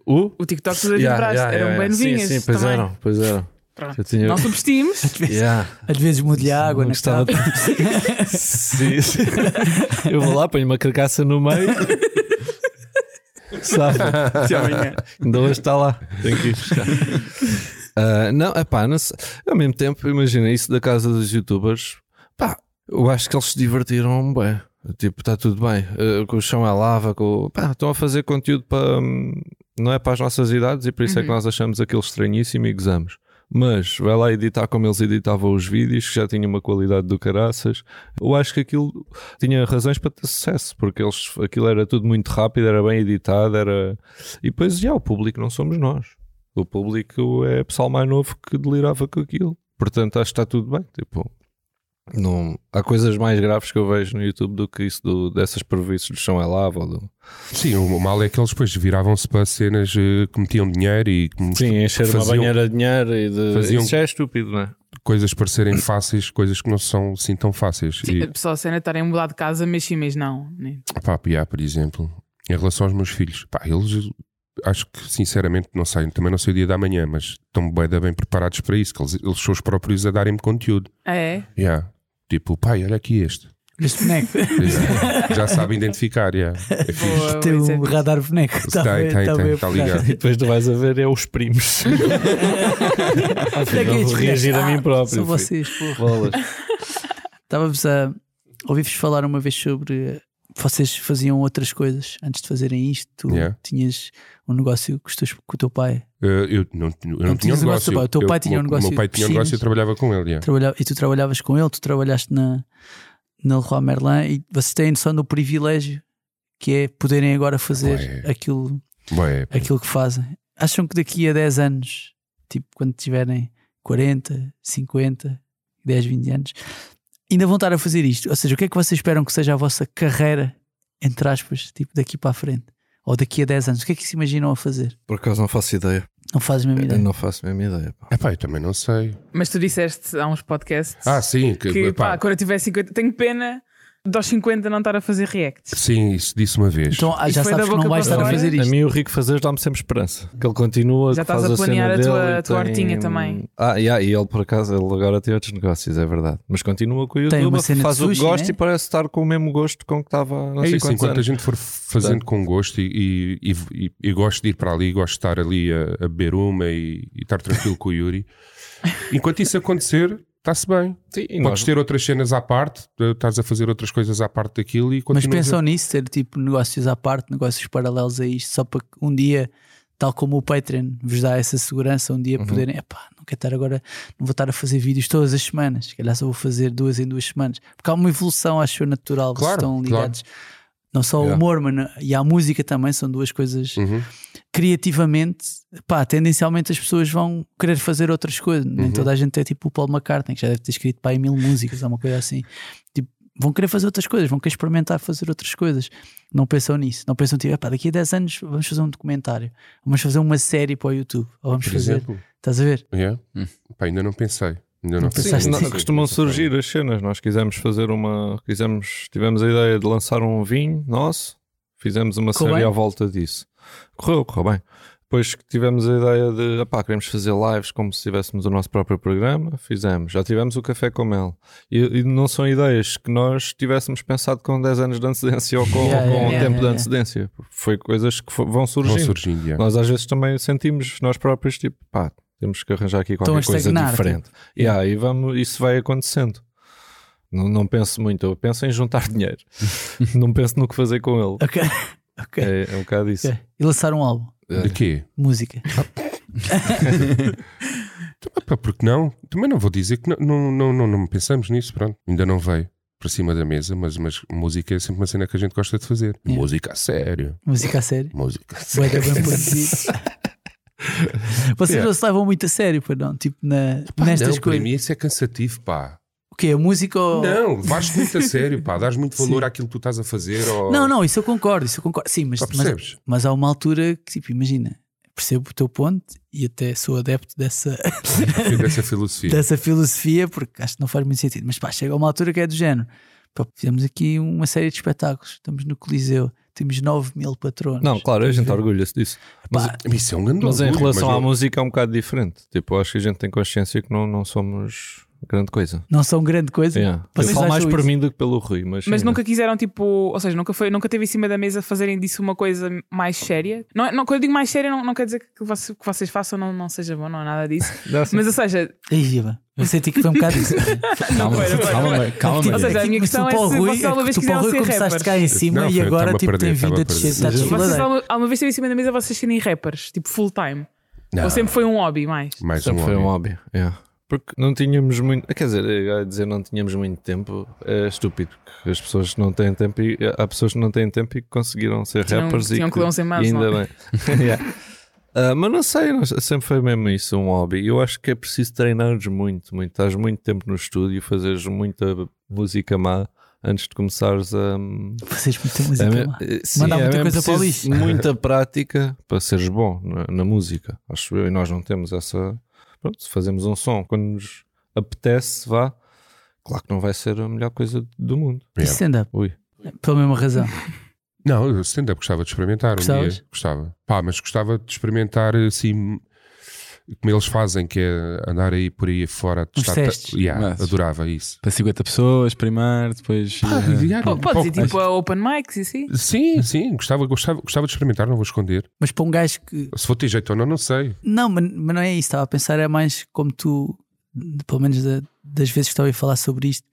S5: O?
S3: O TikTok do David Braz eram bem
S5: sim,
S3: novinhas.
S5: sim, pois
S3: também.
S5: eram, pois eram.
S3: Pronto.
S5: Eu tinha...
S3: Não subestimes.
S5: Yeah.
S2: Às vezes mudo-lhe a água,
S5: Não
S2: na
S5: gostava
S2: capa.
S5: de- Sim, sim. Eu vou lá, ponho uma carcaça no meio. Sabe? Ainda hoje está lá. Tenho que ir buscar. Ah, não, é pá, não sei. ao mesmo tempo, imagina isso da casa dos youtubers. Pá, eu acho que eles se divertiram bem. Tipo, está tudo bem. Ah, com o chão à lava, com. o- Pá, estão a fazer
S2: Uhum.
S5: conteúdo para. hum, Não é para as nossas idades e por isso é que nós achamos aquilo estranhíssimo e gozamos. Mas vai lá editar como eles editavam os vídeos, que já tinha uma qualidade do caraças. Eu acho que aquilo tinha razões para ter sucesso, porque eles, aquilo era tudo muito rápido, era bem editado, era. E depois, já, o público não somos nós. O público é pessoal mais novo que delirava com aquilo. Portanto, acho que está tudo bem. Tipo, não... Há coisas mais graves que eu vejo no YouTube do que isso do, dessas previstas do chão é lava. ou Do...
S6: Sim, o mal é que eles depois viravam-se para cenas eh, que metiam dinheiro e que mos-
S5: Sim, encher uma
S6: faziam-
S5: banheira de dinheiro e de.
S6: faziam-
S5: Isso já é estúpido, não é?
S6: coisas parecerem fáceis, coisas que não são assim tão fáceis.
S3: Sim,
S6: E,
S3: a pessoa cena estarem a mudar de casa, mês sim, mês não. né?
S6: pá, piá, por exemplo, em relação aos meus filhos, pá, eles eh, acho que sinceramente não sei, também não sei o dia da manhã, mas estão bem, bem preparados para isso, que eles, eles são os próprios a darem-me conteúdo.
S3: Ah, É?
S6: Yeah. Tipo, pai, olha aqui este.
S2: Este boneco
S6: Já, é. já sabem identificar, yeah. é fixe.
S3: Boa,
S2: tem
S3: isso é
S2: um
S3: fixe.
S2: radar boneco. Está
S6: Tem,
S2: bem,
S6: tem,
S2: está
S6: tem,
S2: bem
S5: tá
S6: está
S2: apurado.
S6: ligado.
S5: E depois tu vais a ver é os primos.
S2: Olha aqui
S5: vou
S2: é estes
S5: reagir
S2: bonecos.
S5: a mim
S2: Ah,
S5: próprio,
S2: São
S5: filho.
S2: vocês, porra.
S5: Bolas.
S2: Estava-vos a. Ouvi-vos falar uma vez sobre. eh, Vocês faziam outras coisas antes de fazerem isto. Tu
S6: Yeah.
S2: tinhas um negócio com, os teus- com o teu pai.
S6: Eh, eu não, eu não
S2: Não
S6: tinha um
S2: tinhas negócio,
S6: negócio.
S2: pá, o teu
S6: Eu-
S2: pai tinha um
S6: o meu-
S2: negócio
S6: meu pai
S2: de
S6: tinha um negócio e eu
S2: piscinas.
S6: trabalhava com ele. Yeah.
S2: Trabalha- e tu trabalhavas com ele, tu trabalhaste na, na Leroy Merlin e vocês têm noção do privilégio que é poderem agora fazer
S6: Ué.
S2: aquilo,
S6: Bué, pá.
S2: aquilo que fazem. Acham que daqui a 10 anos, tipo quando tiverem 40, 50, 10, 20 anos, ainda vão estar a fazer isto? Ou seja, o que é que vocês esperam que seja a vossa carreira, entre aspas, tipo daqui para a frente? Ou daqui a 10 anos? O que é que se imaginam a fazer?
S5: Por acaso não faço ideia.
S2: Não fazes a mesma
S5: Eu
S2: ideia.
S5: não faço a mesma ideia. pá.
S6: Epá, eu também não sei.
S3: Mas tu disseste há uns podcasts
S6: Ah, sim, que,
S3: que pá,
S6: pá,
S3: quando eu tiver 50, tenho pena de aos 50 não estar a fazer reacts.
S6: sim, isso disse uma vez.
S2: Então ah,
S3: E
S2: já
S3: foi da
S2: sabes que não
S3: boca
S2: vais
S3: para
S2: estar a
S3: fora? né?
S2: fazer
S5: A
S2: isto.
S5: mim o Rico Fazeres dá-me sempre esperança. Que ele continua,
S3: Já
S5: que
S3: estás
S5: faz
S3: a
S5: a
S3: planear
S5: cena
S3: a tua-
S5: dele e
S3: a tua
S5: tem-
S3: hortinha também.
S5: Ah, yeah, e ele por acaso, ele agora tem outros negócios, é verdade. Mas continua com o
S2: Tem
S5: YouTube,
S2: uma cena de
S5: faz o que
S2: sushi,
S5: gosta
S2: né?
S5: e parece estar com o mesmo gosto com que estava há não
S6: é
S5: sei
S6: isso,
S5: quantos
S6: enquanto a
S5: anos.
S6: gente for
S2: Tá.
S6: fazendo com gosto e, e, e, e gosto de ir para ali, gosto de estar ali a, a beber uma e, e estar tranquilo com o Yuri. Enquanto isso acontecer, está-se bem.
S5: Sim, e
S6: Podes
S5: nós-
S6: ter outras cenas à parte, eh, estás a fazer outras coisas à parte daquilo e
S2: Mas
S6: continuas
S2: pensam nisso, ter tipo negócios à parte, negócios paralelos a isto, só para que um dia, tal como o Patreon vos dá essa segurança, um
S6: Uhum.
S2: dia poderem, epá, não quero estar agora, não vou estar a fazer vídeos todas as semanas, se calhar só vou fazer duas em duas semanas, porque há uma evolução, acho eu, natural, vocês
S6: Claro,
S2: estão
S6: claro.
S2: ligados. Não só ao
S5: Yeah.
S2: humor, mas na- e à música também, são duas coisas
S6: a... Uhum.
S2: criativamente, pá, tendencialmente as pessoas vão querer fazer outras coisas. Nem
S6: Uhum.
S2: toda a gente é tipo o Paul McCartney, que já deve ter escrito pá, aí mil músicas, ou uma coisa assim. Tipo, vão querer fazer outras coisas, vão querer experimentar fazer outras coisas. Não pensam nisso. Não pensam tipo, "Epá, daqui a 10 anos vamos fazer um documentário, vamos fazer uma série para o YouTube, ou vamos
S6: Por
S2: fazer.
S6: exemplo.
S2: Estás a ver?
S6: Yeah? Pá, ainda não pensei. Ainda não
S2: Hum. Não
S6: pensei.
S2: pensaste
S5: Sim,
S2: nisso?
S5: não- costumam surgir as cenas. Nós quisemos fazer uma. Quisemos, tivemos a ideia de lançar um vinho nosso, fizemos uma
S2: Correu
S5: série
S2: bem?
S5: à volta disso. Correu, correu bem. Depois que tivemos a ideia de opá, queremos fazer lives como se tivéssemos o nosso próprio programa, fizemos. Já tivemos o Café com Mel. E, e não são ideias que nós tivéssemos pensado com 10 anos de antecedência ou com,
S2: Yeah,
S5: ou com
S2: yeah,
S5: um
S2: yeah,
S5: tempo de
S2: yeah.
S5: antecedência. Foi coisas que fo- vão surgindo.
S6: Vão surgindo, yeah.
S5: Nós às vezes também sentimos nós próprios, tipo, pá, temos que arranjar aqui
S2: Estão a
S5: qualquer coisa
S2: estagnar,
S5: diferente. Yeah, e vamos, isso vai acontecendo. Não, não penso muito, eu penso em juntar dinheiro. não penso no que fazer com ele.
S2: Ok. ok.
S5: É, é um bocado isso.
S2: ok. E lançar um álbum,
S6: De quê?
S2: música.
S6: Ah, pá, Porque não? Também não vou dizer que não, não, não, não, não pensamos nisso, pronto. Ainda não veio para cima da mesa, mas, mas música é sempre uma cena que a gente gosta de fazer.
S2: Yeah.
S6: Música a sério.
S2: Música a sério.
S6: Música a sério.
S2: Bué da bem produzido. Vocês
S6: Yeah.
S2: não se levam muito a sério, pois não? Tipo, na,
S6: Pá,
S2: nestas
S6: não, para
S2: coisas.
S6: mim isso é cansativo, pá.
S2: O que é? A música ou.
S6: Não, vais muito a sério, pá. Dás muito valor àquilo que tu estás a fazer. Ou...
S2: Não, não, isso eu concordo, isso eu concordo. Sim, mas,
S5: Ah,
S6: Pá,
S2: mas,
S6: percebes?
S2: mas há uma altura que, tipo, imagina, percebo o teu ponto e até sou adepto dessa,
S6: Dessa filosofia.
S2: dessa filosofia, porque acho que não faz muito sentido. Mas pá, chega a uma altura que é do género. Pá, fizemos aqui uma série de espetáculos, estamos no Coliseu, temos 9 mil patronos.
S5: Não, claro, a gente orgulha-se disso. Mas,
S2: Pá,
S6: Isso é um grande
S5: mas em
S6: orgulho,
S5: relação
S6: mas
S5: à
S6: não-
S5: música é um bocado diferente. Tipo, eu acho que a gente tem consciência que não, não somos grande coisa.
S2: não são grande coisa.
S5: Yeah. Eu
S2: Vocês
S5: falo mais
S2: acham
S5: por
S2: isso?
S5: mim do que pelo Rui, mas,
S3: Mas
S5: sim,
S3: nunca quiseram, tipo, ou seja, nunca, foi, nunca teve em cima da mesa fazerem disso uma coisa mais séria. Não, é- não, quando eu digo mais séria, não, não quer dizer que, você- que vocês façam não, não seja bom, não há nada disso.
S5: dá assim.
S3: Mas, ou seja,
S2: Aí, viva. Eu senti que foi um bocado isso.
S5: Oh,
S2: Tipo,
S4: Calma,
S3: foi, não foi, não
S4: calma, calma, calma.
S3: Ou seja, a minha
S2: Mas tu
S3: questão é
S2: para o
S3: se
S2: Rui-
S3: vocês alguma vez
S2: tu para o
S3: quiseram
S2: Rui
S3: ser
S2: começaste
S3: rappers.
S2: cá em cima
S6: Não,
S2: e
S6: foi-
S2: agora
S6: estava a
S2: tipo,
S6: perder,
S2: tem
S6: estava
S2: vida
S6: a
S2: de descer,
S6: perder.
S2: está
S5: Mas eu-
S3: vocês
S2: desfaladeiro.
S3: alguma, alguma vez teve em cima da mesa vocês serem rappers, tipo full time.
S6: Não,
S3: Ou sempre foi um hobby mais?
S6: mais
S5: Sempre
S6: um
S5: foi um
S6: óbvio.
S5: hobby. yeah. Porque não tínhamos muito. Quer dizer, eu ia dizer não tínhamos muito tempo é estúpido. porque As pessoas não têm tempo e eh, há pessoas que não têm tempo e que conseguiram ser
S3: Tinham-
S5: rappers
S3: tinham
S5: e
S3: que ler uns e-mails,
S5: e ainda
S3: não é?
S5: bem. Yeah. Ah, mas não sei, não sei, sempre foi mesmo isso um hobby. Eu acho que é preciso treinar-nos muito, muito. Estás muito tempo no estúdio, fazeres muita música má antes de começares a. hum,
S2: Vocês metem música
S5: me-
S2: lá.
S5: eh, sim,
S2: Mandar muita
S5: mesmo
S2: coisa para o
S5: preciso Muita prática para seres bom na, na música. Acho eu, e nós não temos essa. Pronto, se fazemos um som quando nos apetece, vá. Claro que não vai ser a melhor coisa do mundo.
S2: E stand-up,
S5: Ui.
S2: pela mesma razão.
S6: Não, eu stand-up gostava de experimentar um
S2: Gostavas?
S6: dia. Gostava. Pá, mas gostava de experimentar assim como eles fazem, que é andar aí por aí fora a testar.
S2: testes.
S6: Yeah,
S4: Mas-
S6: adorava isso.
S4: Para 50 pessoas, primeiro, depois. eh,
S6: Pá, yeah,
S3: Pô,
S6: não-
S3: Pode ser
S6: pá,
S3: tipo a open mics e assim?
S6: Um Sim, sim, gostava, gostava, gostava de experimentar, não vou esconder.
S2: Mas para um gajo que.
S6: Se vou ter jeito ou não, não sei.
S2: Não, mas, mas não é isso. Estava a pensar, é mais como tu, pelo menos da- das vezes que estava a falar sobre isto,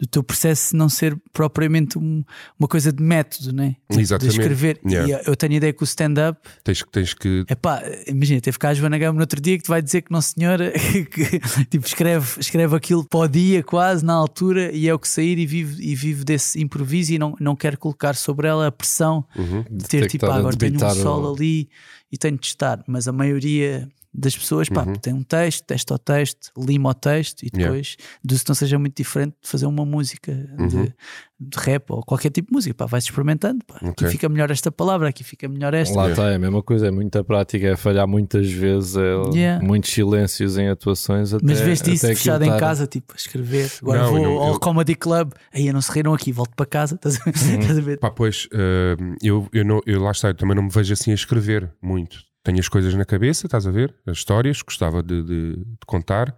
S2: do teu processo não ser propriamente um- uma coisa de método, né? Tipo,
S6: Exatamente.
S2: De escrever.
S6: Yeah.
S2: E eu tenho a ideia que o stand-up
S6: Tens que. Tens que...
S2: É pá, imagina, teve cá a Joana Gama no outro dia que te vai dizer que não, senhora, que tipo, escreve, escreve aquilo para o dia quase, na altura, e é o que sair e vive, e vive desse improviso e não, não quero colocar sobre ela a pressão
S6: Uhum.
S2: de ter tipo, ah, agora tenho um
S5: debitar o-
S2: solo ali e tenho de testar. Mas a maioria das pessoas, pá, tem um texto, testa o texto, lima o texto e
S6: Uhum. Yeah.
S2: depois, do se não seja muito diferente de fazer uma música
S6: Uhum.
S2: de, de rap ou qualquer tipo de música, pá, vais experimentando, pá.
S6: Ok.
S2: Aqui fica melhor esta palavra, aqui fica melhor esta.
S5: Lá está, é a mesma coisa, é muita prática, é falhar muitas vezes, é
S2: Yeah.
S5: muitos silêncios em atuações. Até,
S2: Mas veste isso
S5: até aquilo
S2: fechado em
S5: estar-
S2: casa, tipo, a escrever. Agora
S6: Não,
S2: vou
S6: eu não-
S2: ao
S6: eu- Uhum.
S2: Comedy Club. Aí não se riram aqui, volto para casa. Estás a, estás a ver?
S6: Pá, pois, ah, eu, eu, não, eu lá está, eu também não me vejo assim a escrever muito. Tenho as coisas na cabeça, estás a ver? As histórias, gostava de, de- de contar.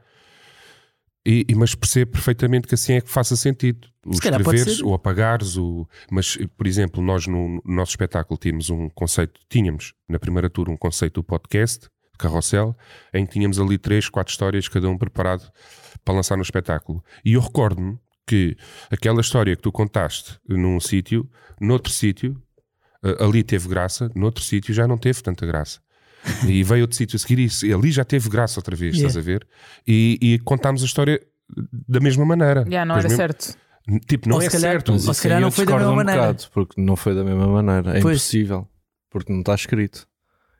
S6: E, e- mas percebo perfeitamente que assim é que faça sentido. O
S2: Se calhar pode
S6: escreveres,
S2: ser.
S6: o apagares, o... mas, por exemplo, nós no, no nosso espetáculo tínhamos um conceito, tínhamos na primeira turma um conceito do podcast, de carrossel, em que tínhamos ali três, quatro histórias, cada um preparado para lançar no espetáculo. E eu recordo-me que aquela história que tu contaste num sítio, noutro sítio, eh, ali teve graça, noutro sítio já não teve tanta graça. E veio outro sítio a seguir e isso- e ali já teve graça outra vez,
S2: Yeah.
S6: estás a ver? E, e contámos a história da mesma maneira.
S3: Já, não
S6: Pois
S3: era
S6: mesmo-
S3: certo.
S6: Tipo, não
S2: Ou
S6: é
S2: se calhar-
S6: certo.
S2: Ou
S5: Mas
S2: se
S5: isso
S2: calhar
S5: aí
S2: não
S5: eu
S2: foi da
S5: discordo
S2: mesma
S5: um
S2: maneira.
S5: bocado, porque não foi da mesma maneira. É
S2: Pois.
S5: impossível. Porque não está escrito.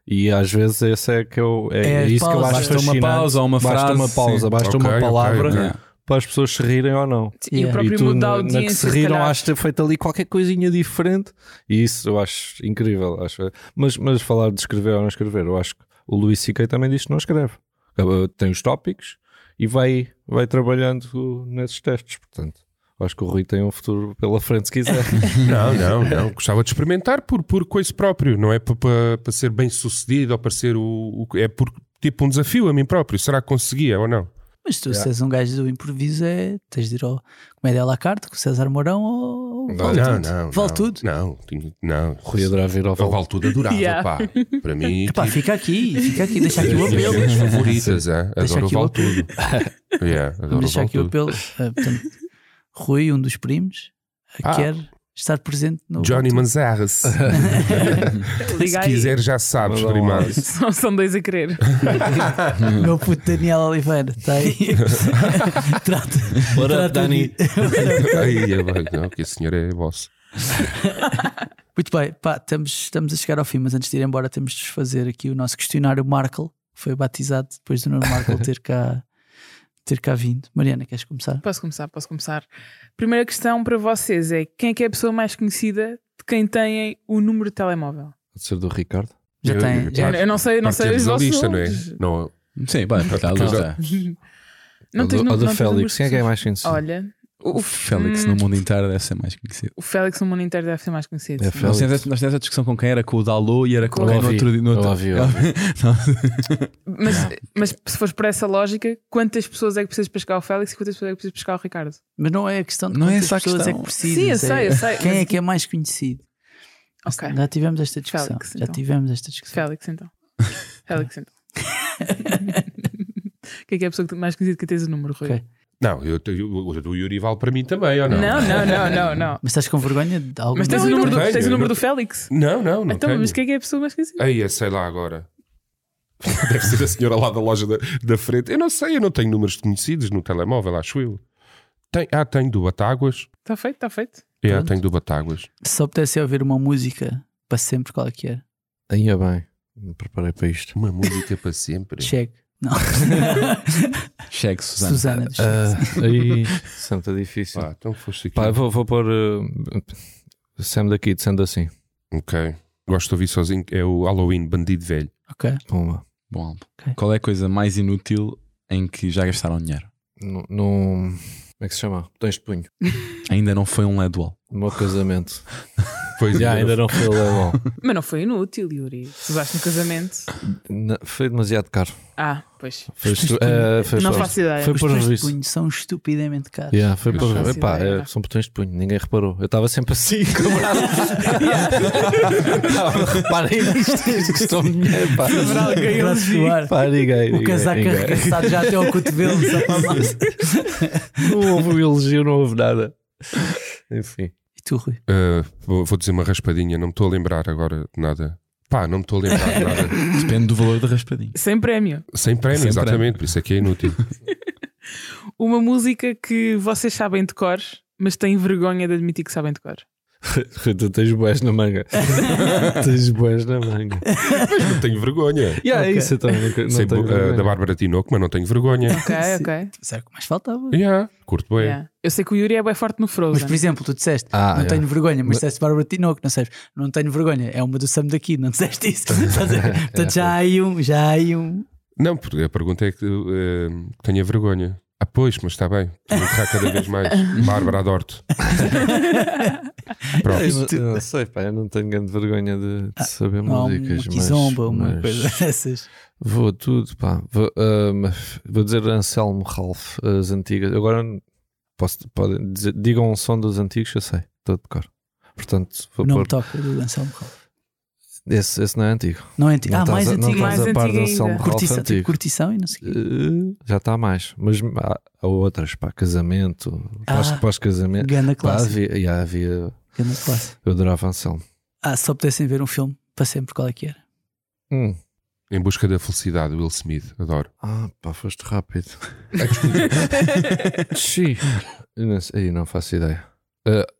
S5: E às vezes esse é que eu. É,
S2: É,
S5: isso que eu
S2: pausa.
S5: acho
S2: Basta
S4: uma
S5: fascinante.
S4: pausa ou uma
S5: Basta
S4: frase,
S5: uma pausa,
S4: sim.
S5: basta
S6: Ok,
S5: uma
S6: ok,
S5: palavra
S6: ok.
S5: para as pessoas se rirem ou não.
S3: E o
S2: Yeah.
S5: E
S3: próprio
S5: tu,
S3: mundo da
S5: na, na que
S3: audiência.
S5: se
S3: se
S5: riram,
S3: calhar-
S5: acho ter feito ali qualquer coisinha diferente. E isso eu acho incrível. Acho. Mas, mas falar de escrever ou não escrever, eu acho que o Luís C.K. também diz que não escreve. Acaba- Tem os tópicos e vai, vai trabalhando nesses testes. Portanto, eu acho que o Rui tem um futuro pela frente se quiser.
S6: Não, não, não. Gostava de experimentar por, por coisa próprio. Não é para- para para ser bem sucedido ou para ser o. o- É por tipo um desafio a mim próprio. Será que conseguia ou não?
S2: Mas tu,
S5: Yeah.
S2: se és um gajo do improviso, é, tens de ir ao Comédia à la carte com o César Mourão ou.
S5: Não,
S2: Vale
S6: não,
S2: tudo.
S6: não.
S2: Vale
S6: não,
S2: tudo.
S6: Não, tinha- não.
S5: Rui Adorava vir ao
S6: Eu
S5: Val.
S6: vale tudo adorava,
S3: Yeah.
S6: pá. Para mim.
S2: Epá,
S6: tipo,
S2: fica aqui, fica aqui, deixa aqui o
S6: é das
S2: apelo.
S6: minhas favoritas, é?
S2: Deixa
S6: Adoro o
S2: aqui o
S6: vale tudo. Yeah, adoro o
S2: Vamos deixar
S6: vale
S2: aqui o
S6: tudo.
S2: apelo. Ah, portanto, Rui, um dos primos,
S6: Ah.
S2: quer estar presente no.
S6: Johnny Manzarres. Se
S3: Liga aí.
S6: quiser, já sabes,
S5: Manda um
S6: primário.
S3: São, são dois a querer.
S2: Meu puto Daniel Oliveira, está aí. Trata.
S5: What up,
S2: trata
S5: Dani?
S2: de-
S6: Ai, eu- não, que a senhora é vossa.
S2: Muito bem, pá, estamos, estamos a chegar ao fim, mas antes de ir embora temos de fazer aqui o nosso questionário Markle, que foi batizado depois do Nuno Markle ter cá, ter cá vindo. Mariana, queres começar?
S3: Posso começar, posso começar. Primeira questão para vocês é quem é que é a pessoa mais conhecida de quem tem o número de telemóvel?
S5: Pode ser do Ricardo.
S2: Já
S6: Eu-
S2: tem.
S6: eu-
S2: já-
S3: Eu, eu não sei, não sei os
S6: Partilhamos a
S3: vossos
S6: lista, não é?
S3: nomes.
S6: Não,
S4: Sim, bem, por acaso,
S6: Porque-
S4: já.
S3: Não
S5: ou
S3: tens
S5: do,
S3: nu-
S5: ou do
S3: não tens números
S5: Félix.
S3: de
S5: Quem é que é
S3: pessoas?
S5: mais conhecido?
S3: Olha,
S4: O Félix
S3: Hum.
S4: no mundo inteiro deve ser mais conhecido.
S3: o Félix no mundo inteiro deve ser mais conhecido.
S5: É
S3: sim.
S5: Félix.
S4: Nós temos, essa- nós temos essa discussão com quem era com o Dalô e era com
S3: Eu
S4: quem no
S5: ouvi,
S4: outro dia. No
S5: eu
S4: outro...
S5: ouvi, eu ouvi.
S3: Mas, mas se fores por essa lógica, quantas pessoas é que precisas pescar o Félix e quantas pessoas é que precisas pescar o Ricardo?
S2: Mas não é a questão de
S4: Não é
S2: quantas
S4: essa a
S2: pessoas
S4: questão.
S2: é que precisas.
S3: Sim, eu sei, eu sei,
S2: é Quem
S3: mas-
S2: é que é mais conhecido?
S3: Ok.
S2: Já tivemos esta discussão.
S3: Félix,
S2: já
S3: então.
S2: tivemos esta discussão.
S3: Félix então. Félix então. Quem é que é a pessoa que- mais conhecida que tens o número, Rui?
S2: Ok.
S6: não eu, eu, o do Yuri vale para mim também, ou não?
S3: Não, não, não, não, não.
S2: Mas estás com vergonha de alguma
S3: Mas tens o
S6: eu não
S3: número do,
S6: tenho,
S3: tens o
S6: eu
S3: número
S6: não-
S3: do Félix?
S6: Não, não, não.
S3: Então,
S6: tenho.
S3: mas quem é que é a pessoa mais conhecida?
S6: Aí, sei lá agora. Deve ser a senhora lá da loja da, da frente. Eu não sei, eu não tenho números conhecidos no telemóvel, acho eu. Tem, ah, tenho do Batáguas.
S3: Está feito, está feito.
S6: É,
S2: Pronto.
S6: tenho do Batáguas.
S2: Se só pudesse ouvir uma música para sempre, qual é que era?
S5: Ainda bem, me preparei para isto.
S6: Uma música para sempre.
S2: Chegue. Não,
S4: Chegue, Susana.
S2: Susana.
S5: Ah, aí, santa difícil.
S6: Pá, então foste aqui.
S5: Pá, vou, vou pôr eh, Sam da Kid, sendo assim.
S6: Ok. Gosto de ouvir sozinho. É o Halloween Bandido Velho.
S2: Ok.
S5: Pumba.
S4: Bom álbum.
S2: Ok.
S4: Qual é a coisa mais inútil em que já gastaram dinheiro?
S5: Num. num- Como é que se chama? Botões de punho.
S4: Ainda não foi um LED wall.
S5: No meu casamento.
S6: Pois é,
S5: Já, ainda não foi o leilão.
S3: Mas não foi inútil, Yuri. Tu vais no casamento.
S5: Na- Foi demasiado caro.
S3: Ah, pois.
S5: Foi,
S2: Os botões de
S5: eh,
S2: punho.
S5: foi
S3: não
S5: só-
S3: faço ideia.
S5: foi
S2: Os
S5: por
S2: botões de
S5: isso.
S2: punho são estupidamente caros.
S5: Yeah, foi por...
S3: faço
S5: Epá,
S3: ideia.
S5: é, são botões de punho, ninguém reparou. Eu estava sempre assim, com o braço. Tava, Reparem nisto, isto custou dinheiro. Pá.
S2: Cabral, ganhou
S5: Pá,
S2: de suar.
S5: pá, ninguém,
S2: O
S5: ninguém,
S2: casaco
S5: ninguém.
S2: arregaçado já até ao cotovelo. só para lá.
S5: Não houve um elogio, não houve nada. Enfim.
S2: E tu, Rui?
S6: Ah, vou vou dizer uma raspadinha, não me estou a lembrar agora de nada. Pá, não me estou a lembrar de nada.
S4: Depende do valor da raspadinha.
S3: Sem prémio.
S6: Sem prémio,
S4: Sem
S6: exatamente,
S4: prémio.
S6: por isso é que é inútil.
S3: Uma música que vocês sabem de cor, mas têm vergonha de admitir que sabem de cor.
S5: Tu tens boés na manga. tens boés na manga.
S6: Mas não tenho vergonha.
S5: E é
S2: Ok.
S5: isso então. Nunca, não
S6: Sei
S5: tenho
S6: bo- ah,
S5: vergonha.
S6: da Bárbara Tinoco, mas não tenho vergonha.
S3: Ok,
S2: Sim.
S3: ok.
S2: Isso era o que mais faltava.
S6: yeah, curto bem.
S3: Yeah. Eu sei que o Yuri é bem forte no
S2: Mas,
S3: Frozen.
S2: por exemplo, tu disseste,
S5: Ah,
S2: não
S5: é.
S2: tenho vergonha, mas disseste Bárbara Tinoco, não sabes? Não tenho vergonha, é uma do Sam daqui, não disseste isso. Estás
S5: É,
S2: a ver? Portanto, já há aí um, já há aí um.
S6: Não, porque a pergunta é que ah, tenha vergonha. Ah, pois, mas está bem. Estou a errar cada vez mais. Bárbara, adoro-te. Pronto.
S5: Eu não- eu não sei, pá, eu não tenho grande vergonha de, de saber
S2: Não há um
S5: músicas. mas-
S2: quizomba, uma
S5: mas
S2: coisa dessas.
S5: Vou a tudo, pá. Vou, ah, mas vou dizer Anselmo Ralph, as antigas. Agora posso, podem dizer, digam um som dos antigos, eu sei, estou de cor. Portanto, vou
S2: Não tá-
S5: pôr.
S2: me toca do Anselmo Ralph.
S5: Esse, esse não é antigo.
S2: Não é antigo.
S5: não
S2: Ah,
S5: estás
S2: mais
S5: a- não
S2: antigo.
S5: estás
S2: Mais
S5: a par do
S3: antigo
S5: Anselmo
S3: ainda.
S5: Ralph
S2: Curtição, tipo,
S5: antigo.
S2: curtição e não sei o quê.
S5: Eh, já está mais, mas há, há outras, pá, casamento, pós-
S2: Ah,
S5: pós-casamento.
S2: Ganda
S5: É, Pá,
S2: classe.
S5: havia, já havia,
S2: Ganda classe.
S5: eu adorava Anselmo.
S2: Ah, se só pudessem ver um filme para sempre, qual é que era?
S5: Hum.
S6: Em busca da felicidade, Will Smith, adoro.
S5: Ah, pá, foste rápido. Xi. Eu não sei, eu não faço ideia.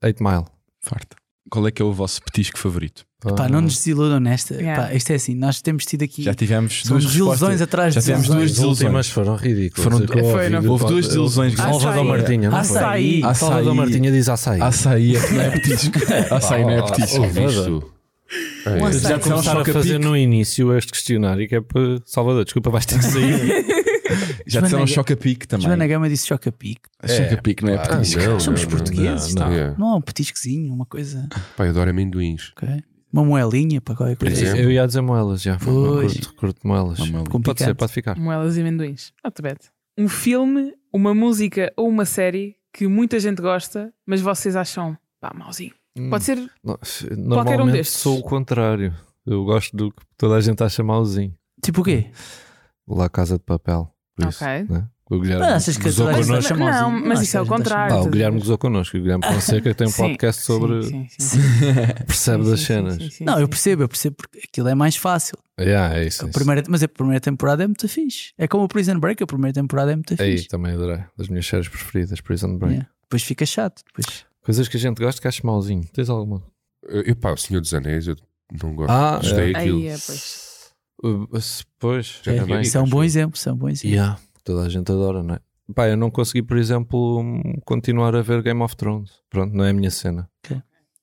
S5: 8 Mile.
S4: Farto. Qual é que é o vosso petisco favorito?
S5: Ah.
S2: Pá, não nos desiludam nesta.
S3: Yeah.
S2: Pá, isto é assim, nós temos tido aqui
S4: Já tivemos
S2: são
S4: duas
S2: desilusões
S4: respostas.
S2: atrás
S4: Já
S2: de
S4: tivemos
S2: desilusões.
S4: duas
S5: As últimas
S4: desilusões.
S5: foram ridículas.
S4: Foram-
S5: Eu que eu
S3: Foi, não
S5: ouvi,
S4: Houve
S5: pá,
S4: duas desilusões.
S5: eu- Salvador
S3: Açaí.
S5: Martinha,
S2: Ah,
S5: não foi?
S3: Açaí.
S4: Açaí.
S5: Salvador Martinha diz açaí.
S4: Açaí é que não é petisco. Açaí não é
S6: Oh,
S4: petisco.
S6: Ah,
S5: Ouve
S6: Isto. É.
S2: Mas
S5: Já
S2: Açaí.
S5: começaram a
S4: Choca-pique.
S5: fazer no início este questionário que é para Salvador. Desculpa, vais ter que sair.
S4: Já
S2: Joana-
S4: disseram choca-pique também.
S2: Joana Gama disse choca-pico.
S4: Choca-pique não é
S5: pá,
S4: petisco.
S6: não,
S2: Somos
S6: não,
S2: portugueses.
S5: não,
S2: Não,
S5: não. é.
S6: Yeah.
S2: não há um petisquezinho, uma coisa.
S6: Pai, adoro amendoins.
S2: ok? Uma moelinha para qualquer
S6: Por
S2: coisa.
S6: exemplo.
S5: Eu ia dizer moelas já. Eu
S2: Pois.
S5: Curto, curto moelas.
S4: Uma moela.
S5: Pode ser,
S2: Complicado.
S5: pode ficar.
S3: Moelas e amendoins. Not bad. Um filme, uma música ou uma série que muita gente gosta, mas vocês acham pá, mauzinho.
S5: Hum.
S3: Pode ser.
S5: Não, Normalmente
S3: destes.
S5: sou o contrário. Eu gosto do que toda a gente acha mauzinho.
S2: Tipo o quê?
S5: Lá Casa de Papel. Por isso,
S3: Ok.
S5: né? O Guilherme
S2: Mas achas que
S5: gozou
S2: toda a gente
S5: connosco.
S2: acha
S3: Não,
S2: mauzinho?
S3: mas isso é o
S2: acho que toda a
S5: Pá,
S2: gente
S3: contrário.
S5: o Guilherme gozou connosco. O Guilherme Fonseca tem um
S3: Sim,
S5: podcast sobre.
S3: Sim, sim, sim.
S2: acha- Sim.
S5: Percebe
S3: Sim,
S5: das
S3: sim,
S5: cenas.
S3: sim, sim, sim,
S2: Não,
S3: sim.
S2: eu percebo, eu percebo porque aquilo é mais fácil.
S5: Yeah, é isso.
S2: A
S5: é isso.
S2: primeira, mas a primeira temporada é muito fixe. É como o Prison Break, a primeira temporada é muito
S5: Aí
S2: fixe.
S5: também adorei. Das minhas séries preferidas, Prison Break.
S2: Yeah. Depois fica chato. Depois.
S5: Coisas que a gente gosta que acha mauzinho. Tens alguma?
S6: Eu, pá, o Senhor dos Anéis, eu não gosto.
S5: Ah,
S6: Gostei
S3: é.
S6: aquilo.
S3: Aí é, pois.
S5: Uh, se- Pois,
S6: Já
S5: é
S6: tinha
S5: bem.
S6: dito.
S2: Isso é um
S6: acho
S2: bom
S6: eu.
S2: exemplo. Isso é um bom exemplo.
S5: Yeah, Toda a gente adora, não é? Pá, eu não consegui, por exemplo, hum, continuar a ver Game of Thrones. Pronto, não é a minha cena.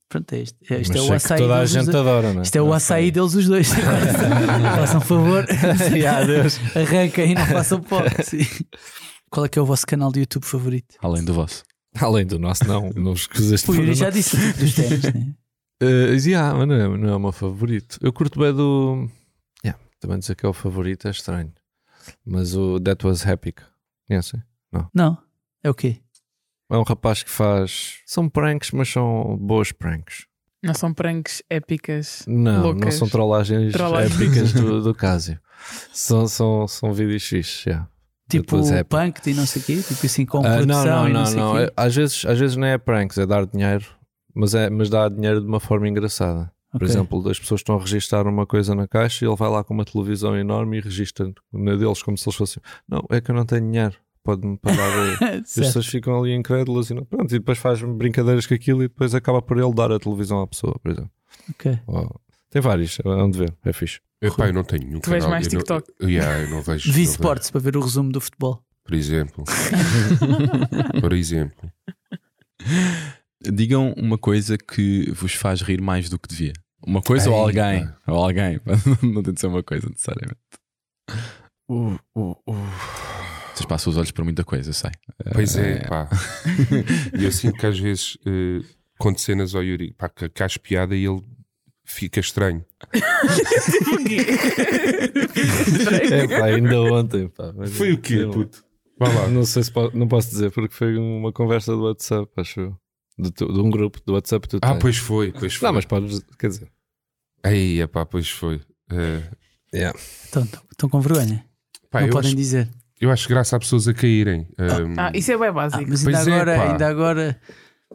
S2: Pronto, é isto. É- isto
S5: Mas
S2: é
S5: sei
S2: o
S5: que
S2: açaí.
S5: toda a
S2: deles os
S5: gente
S2: dois.
S5: adora, não é?
S2: Isto é o
S5: Não sei.
S2: açaí deles os dois. Façam um favor.
S5: Yeah, adeus.
S2: Arranquem e não façam pouco. Sim. Qual é que é o vosso canal de YouTube favorito?
S4: Além do vosso.
S5: Além do nosso, não. Não escusaste
S2: Pô, eu já disse o tipo dos ténis, né?
S5: Uh, yeah, mas não é, não é o meu favorito. Eu curto bem do. Yeah, também dizer que é o favorito é estranho. Mas o That Was Happy. Conhecem?
S2: Não. É o quê?
S5: É um rapaz que faz. São pranks, mas são boas pranks.
S3: Não são pranks épicas.
S5: Não, não
S3: Loucas.
S5: são trollagens
S3: Trollagens.
S5: épicas do, do Casio. São, são, são vídeos fixes. Yeah.
S2: Tipo
S5: Depois é-
S2: punk e não sei o quê? Tipo assim com
S5: Ah,
S2: produção
S5: não, não,
S2: e não,
S5: não, não.
S2: sei o quê?
S5: É- Às, vezes, às vezes não é pranks, é dar dinheiro. Mas, é, mas dá dinheiro de uma forma engraçada. Por exemplo, das pessoas que estão a registrar uma coisa na caixa e ele vai lá com uma televisão enorme e registra na deles como se eles fossem: Não, é que eu não tenho dinheiro, pode-me pagar aí. As
S2: Certo.
S5: pessoas ficam ali incrédulas e, não- pronto, e depois faz brincadeiras com aquilo e depois acaba por ele dar a televisão à pessoa, por exemplo.
S2: Ok.
S5: Ou- Tem vários, é onde ver, é fixe.
S6: Epá, eu não tenho nenhum
S3: Tu vês
S6: canal,
S3: mais
S6: eu não-
S3: TikTok.
S6: Yeah, eu não vejo. não
S2: Vi
S6: vejo.
S2: Sports para ver o resumo do futebol.
S6: Por exemplo. Por exemplo.
S4: Digam uma coisa que vos faz rir mais do que devia. Uma coisa ou
S6: Ei,
S4: alguém? Ou alguém. Não tem de ser uma coisa, necessariamente. Uh, Vocês passam os olhos por muita coisa, eu sei.
S6: Pois é,
S4: Eh,
S6: pá. E eu sinto que às vezes eh, conto cenas ao Yuri, pá, que, que há espiada e ele fica estranho.
S5: É pá, ainda ontem, pá. Mas- sei lá.
S6: Vá lá.
S5: Não sei se po- não posso dizer, porque foi uma conversa do WhatsApp, acho eu. De, tu- de um grupo do WhatsApp que tu
S6: Ah,
S5: tens.
S6: pois foi, pois foi.
S5: Não, mas podes, quer dizer.
S6: Aí, epá, pois foi. Eh,
S2: Então, Estão, estão com vergonha. né?
S6: pá,
S2: não
S6: eu,
S2: podem
S6: acho,
S2: dizer.
S6: eu acho graça a pessoas a caírem. Ehm,
S3: Ah, isso é bem
S2: Ah,
S3: básico.
S2: mas ainda
S6: Pois é,
S2: agora,
S6: pá.
S2: ainda agora.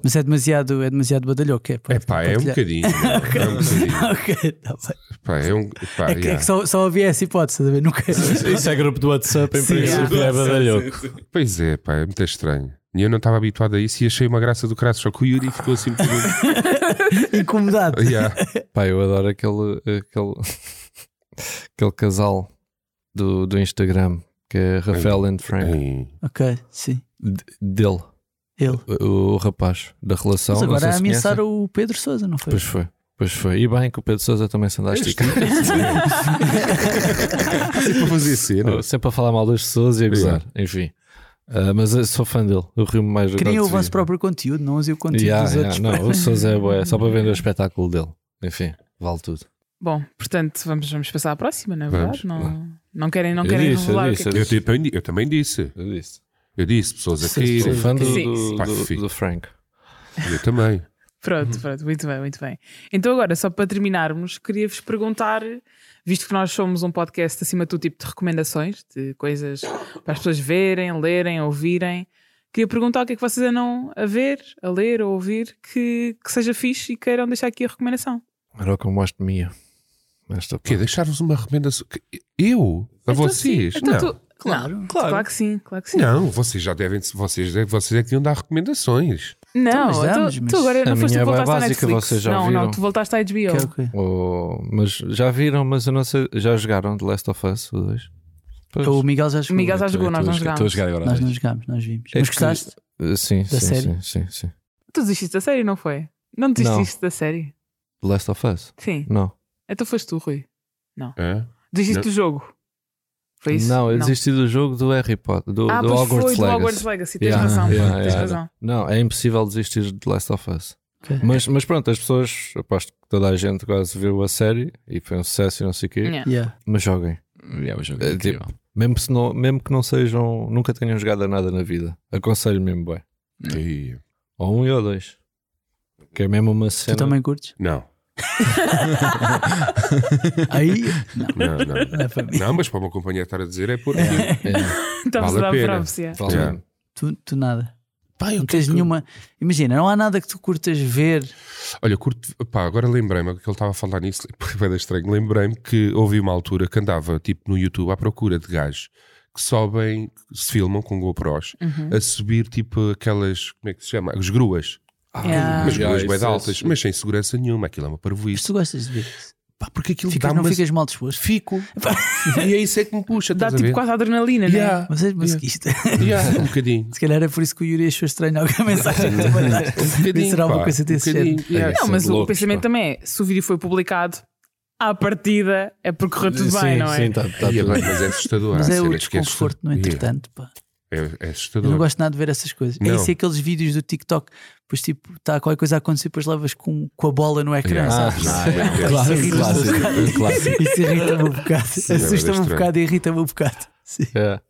S2: Mas é demasiado, é demasiado badalhoco. É, pá,
S6: é pá, é um bocadinho. é um bocadinho.
S2: Ok, tá bem.
S6: Pá, é um. Pá,
S2: É que, é
S6: yeah.
S2: que só, só havia essa hipótese, sabe? Nunca.
S5: Isso é grupo do WhatsApp, em
S2: Sim,
S5: princípio, é badalhoco.
S6: Pois é, pá, é muito estranho. E eu não estava habituado a isso e achei uma graça do crasso, só que o
S3: Ah.
S6: Yuri ficou assim. por um-
S2: Incomodado.
S6: Oh, Yeah.
S5: Pá, eu adoro aquele, aquele, aquele casal do, do Instagram, que é Rafael and Frank,
S6: Ei.
S2: Ok, sim.
S5: D- dele,
S2: Ele.
S5: o, o rapaz da relação.
S2: Mas
S5: não
S2: agora
S5: sei se
S2: ameaçaram
S5: conhecem.
S2: o Pedro Sousa, não foi?
S5: Pois foi, pois foi. E bem que o Pedro Sousa também se anda a esticar.
S6: Sempre a Assim fazer
S3: Oh,
S6: cena.
S5: Eu Sempre a falar mal das pessoas e a gozar, enfim. Ah, mas eu sou fã dele, eu rio-me mais do
S2: Criem o
S5: Godzilla.
S2: vosso próprio conteúdo, não usem o conteúdo
S5: Yeah,
S2: dos
S5: yeah,
S2: outros. para-
S5: Não, o Sousa é boé, só para vender o espetáculo dele. Enfim, vale tudo.
S3: Bom, portanto, vamos, vamos passar à próxima, não é verdade? Não, não querem, não
S5: Eu
S3: querem
S5: disse, eu
S3: revelar
S5: disse,
S3: o que é
S6: Eu,
S5: disse.
S6: também, di- tipo, eu também disse.
S5: Eu disse.
S6: Eu disse, pessoas a
S2: Sim, sim.
S5: Sou
S6: caírem.
S5: fã do,
S3: Sim,
S5: do-
S3: sim.
S5: do- do Frank.
S6: Eu também.
S3: que- Pronto, pronto, muito bem, muito bem. Então, agora, só para terminarmos, queria-vos perguntar, visto que nós somos um podcast acima de todo tipo de recomendações, de coisas para as pessoas verem, lerem, ouvirem, queria perguntar o que é que vocês andam a ver, a ler, a ouvir, que, que seja fixe e queiram deixar aqui a recomendação.
S5: Era o que eu mostro minha. Esta
S6: O quê? Deixar-vos uma recomendação? Que- Eu? A
S3: Então,
S6: vocês?
S3: sim. Então,
S6: Não.
S3: tu- Claro, claro, que sim, claro que sim.
S6: Não, vocês já devem. Vocês, é- vocês é que iam dar recomendações.
S3: Não,
S2: Então, mas
S3: tu-
S2: damos,
S3: tu,
S2: mas
S3: agora não foste
S5: a minha
S3: tu
S5: é bem
S3: voltaste à
S5: básica,
S3: Netflix.
S5: vocês já
S3: não, não,
S5: ouviram?
S3: tu voltaste à HBO.
S2: Que é o quê?
S5: Oh, mas já viram, mas eu não sei. Já jogaram The Last of Us, o 2?
S2: O Miguel já jogou. né?
S3: O Miguel já
S4: eu
S3: jogou,
S4: tô-
S3: nós
S4: eu tô
S3: não
S4: a jogar- Estou a
S3: jogámos.
S4: jogar agora.
S2: Nós não jogámos, nós vimos.
S5: É
S2: Mas
S5: que-
S2: gostaste?
S5: Uh, Sim,
S2: Da
S5: sim,
S2: série?
S5: sim, sim, sim.
S3: Tu desististe da série, não foi? Não desististe da série?
S5: The Last of Us?
S3: Sim.
S5: Não.
S3: Então foste tu, Rui.
S6: Hã?
S3: Desististe
S6: Não.
S3: do jogo. Foi isso?
S5: Não, eu desisti do jogo do Harry Potter, do,
S3: Ah,
S5: do
S3: pois
S5: Hogwarts
S3: foi do
S5: Legacy.
S3: Hogwarts Legacy. Tens
S5: Yeah,
S3: razão.
S5: yeah,
S3: tens
S5: yeah.
S3: razão.
S5: Não, é impossível desistir de The Last of Us.
S2: Ok.
S5: Mas, mas pronto, as pessoas, aposto que toda a gente quase viu a série e foi um sucesso e não sei o quê,
S3: Yeah.
S2: Yeah.
S5: mas joguem.
S4: É o jogo
S5: É,
S4: incrível.
S5: Mesmo, se não, mesmo que não sejam, nunca tenham jogado a nada na vida. Aconselho mesmo bem.
S6: Ei,
S5: Ou um e ou dois. Que é mesmo uma
S2: Tu
S5: cena.
S2: também curtes?
S6: Não.
S2: Aí. Não,
S6: Não, não, não.
S2: não é para mim.
S6: Não, mas para uma companhia estar a dizer é porque.
S5: É,
S3: Estavas
S6: Vale a
S3: a dar
S6: pena.
S3: própria.
S5: vale
S6: Yeah.
S5: mesmo.
S2: Tu, tu nada. não tens nenhuma. Imagina, não há nada que tu curtas ver.
S6: Olha, curto, pá, agora lembrei-me que ele estava a falar nisso, foi estranho. Lembrei-me que houve uma altura que andava tipo no YouTube à procura de gajos que sobem, que se filmam com GoPros, a subir tipo aquelas, como é que se chama? As gruas.
S3: Yeah.
S6: Mas gruas
S5: Ah, isso-
S6: bem
S5: isso-
S6: altas, mas sem segurança nenhuma, aquilo é uma
S2: Mas
S6: parvoíce.
S2: tu gostas de ver isso.
S6: Pá, porque aquilo
S2: Ficas,
S6: dá
S2: não
S6: uma.
S2: ficas mal disposto.
S6: Fico. e é isso é que me puxa,
S3: Dá
S6: estás a
S3: tipo
S6: ver?
S3: quase adrenalina, né?
S6: Yeah,
S2: Mas, é- mas
S6: Yeah.
S2: que isto,
S6: yeah, um bocadinho.
S2: se calhar é por isso que o Yuri achou estranho alguma mensagem que tu mandaste.
S6: Um bocadinho.
S2: Será uma
S6: pá,
S2: coisa
S6: um
S2: desse
S6: bocadinho, yeah.
S3: Não, mas o
S5: Loucos,
S3: pensamento
S5: é pá.
S3: também é: se o vídeo foi publicado, à partida é porque correu tudo
S5: sim,
S3: bem, não é?
S5: Sim, tá, tá
S6: Ia
S5: tudo
S6: bem,
S5: bem.
S6: mas é assustador.
S2: Mas
S6: há
S2: é o
S6: cenas que
S2: desconforto no
S6: assustador.
S2: entretanto. Pá.
S6: Yeah, É, é
S2: Eu
S6: assustador.
S2: não gosto nada de ver essas coisas. É
S6: Não.
S2: isso, é aqueles vídeos do TikTok. Pois tipo, está qualquer coisa a acontecer, depois levas com, com a bola no ecrã.
S6: Yeah.
S2: sabes?
S6: Ah, não, é-
S2: Claro,
S4: Clássico, clássico, clássico.
S2: Isso irrita-me um bocado.
S6: é bem
S2: Assusta-me um
S6: estranho.
S2: bocado e irrita-me um bocado. Sim.
S5: É.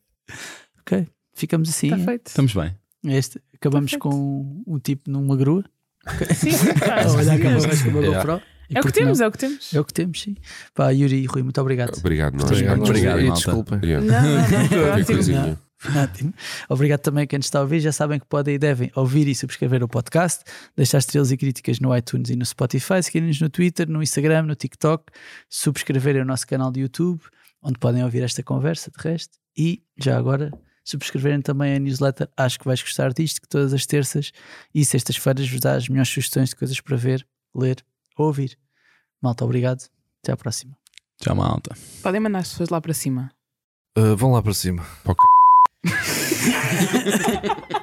S2: Ok, ficamos assim.
S3: Está
S2: é?
S3: Tá feito. Tá
S4: Estamos bem.
S2: Este, acabamos
S3: Perfeito.
S2: com um tipo numa grua.
S3: Ah, Sim, claro.
S2: A olhar com
S3: Sim.
S2: uma- com uma
S5: Yeah.
S2: GoPro. E
S3: É o
S2: por
S3: que temos,
S2: não?
S3: é o que temos.
S2: É o que temos, sim. Pá, Yuri e Rui, muito obrigado.
S6: Obrigado, nós.
S5: Obrigado,
S4: Obrigado,
S5: e
S4: malta.
S5: desculpem.
S6: Yeah.
S3: Não, não, não, foi
S6: Qualquer
S3: ótimo.
S6: coisinha.
S2: Ótimo. Obrigado também a quem nos está a ouvir. Já sabem que podem e devem ouvir e subscrever o podcast, deixar estrelas e críticas no iTunes e no Spotify, seguir-nos no Twitter, no Instagram, no TikTok, subscreverem o nosso canal de YouTube, onde podem ouvir esta conversa de resto. E já agora, subscreverem também a newsletter Acho que vais gostar disto, que todas as terças e sextas-feiras vos dá as melhores sugestões de coisas para ver, ler ou ouvir. Malta, obrigado. Até à próxima.
S4: Tchau, malta.
S3: Podem mandar as
S5: Uh,
S3: pessoas lá para cima.
S5: Ah, vão lá para cima.
S6: Para o c-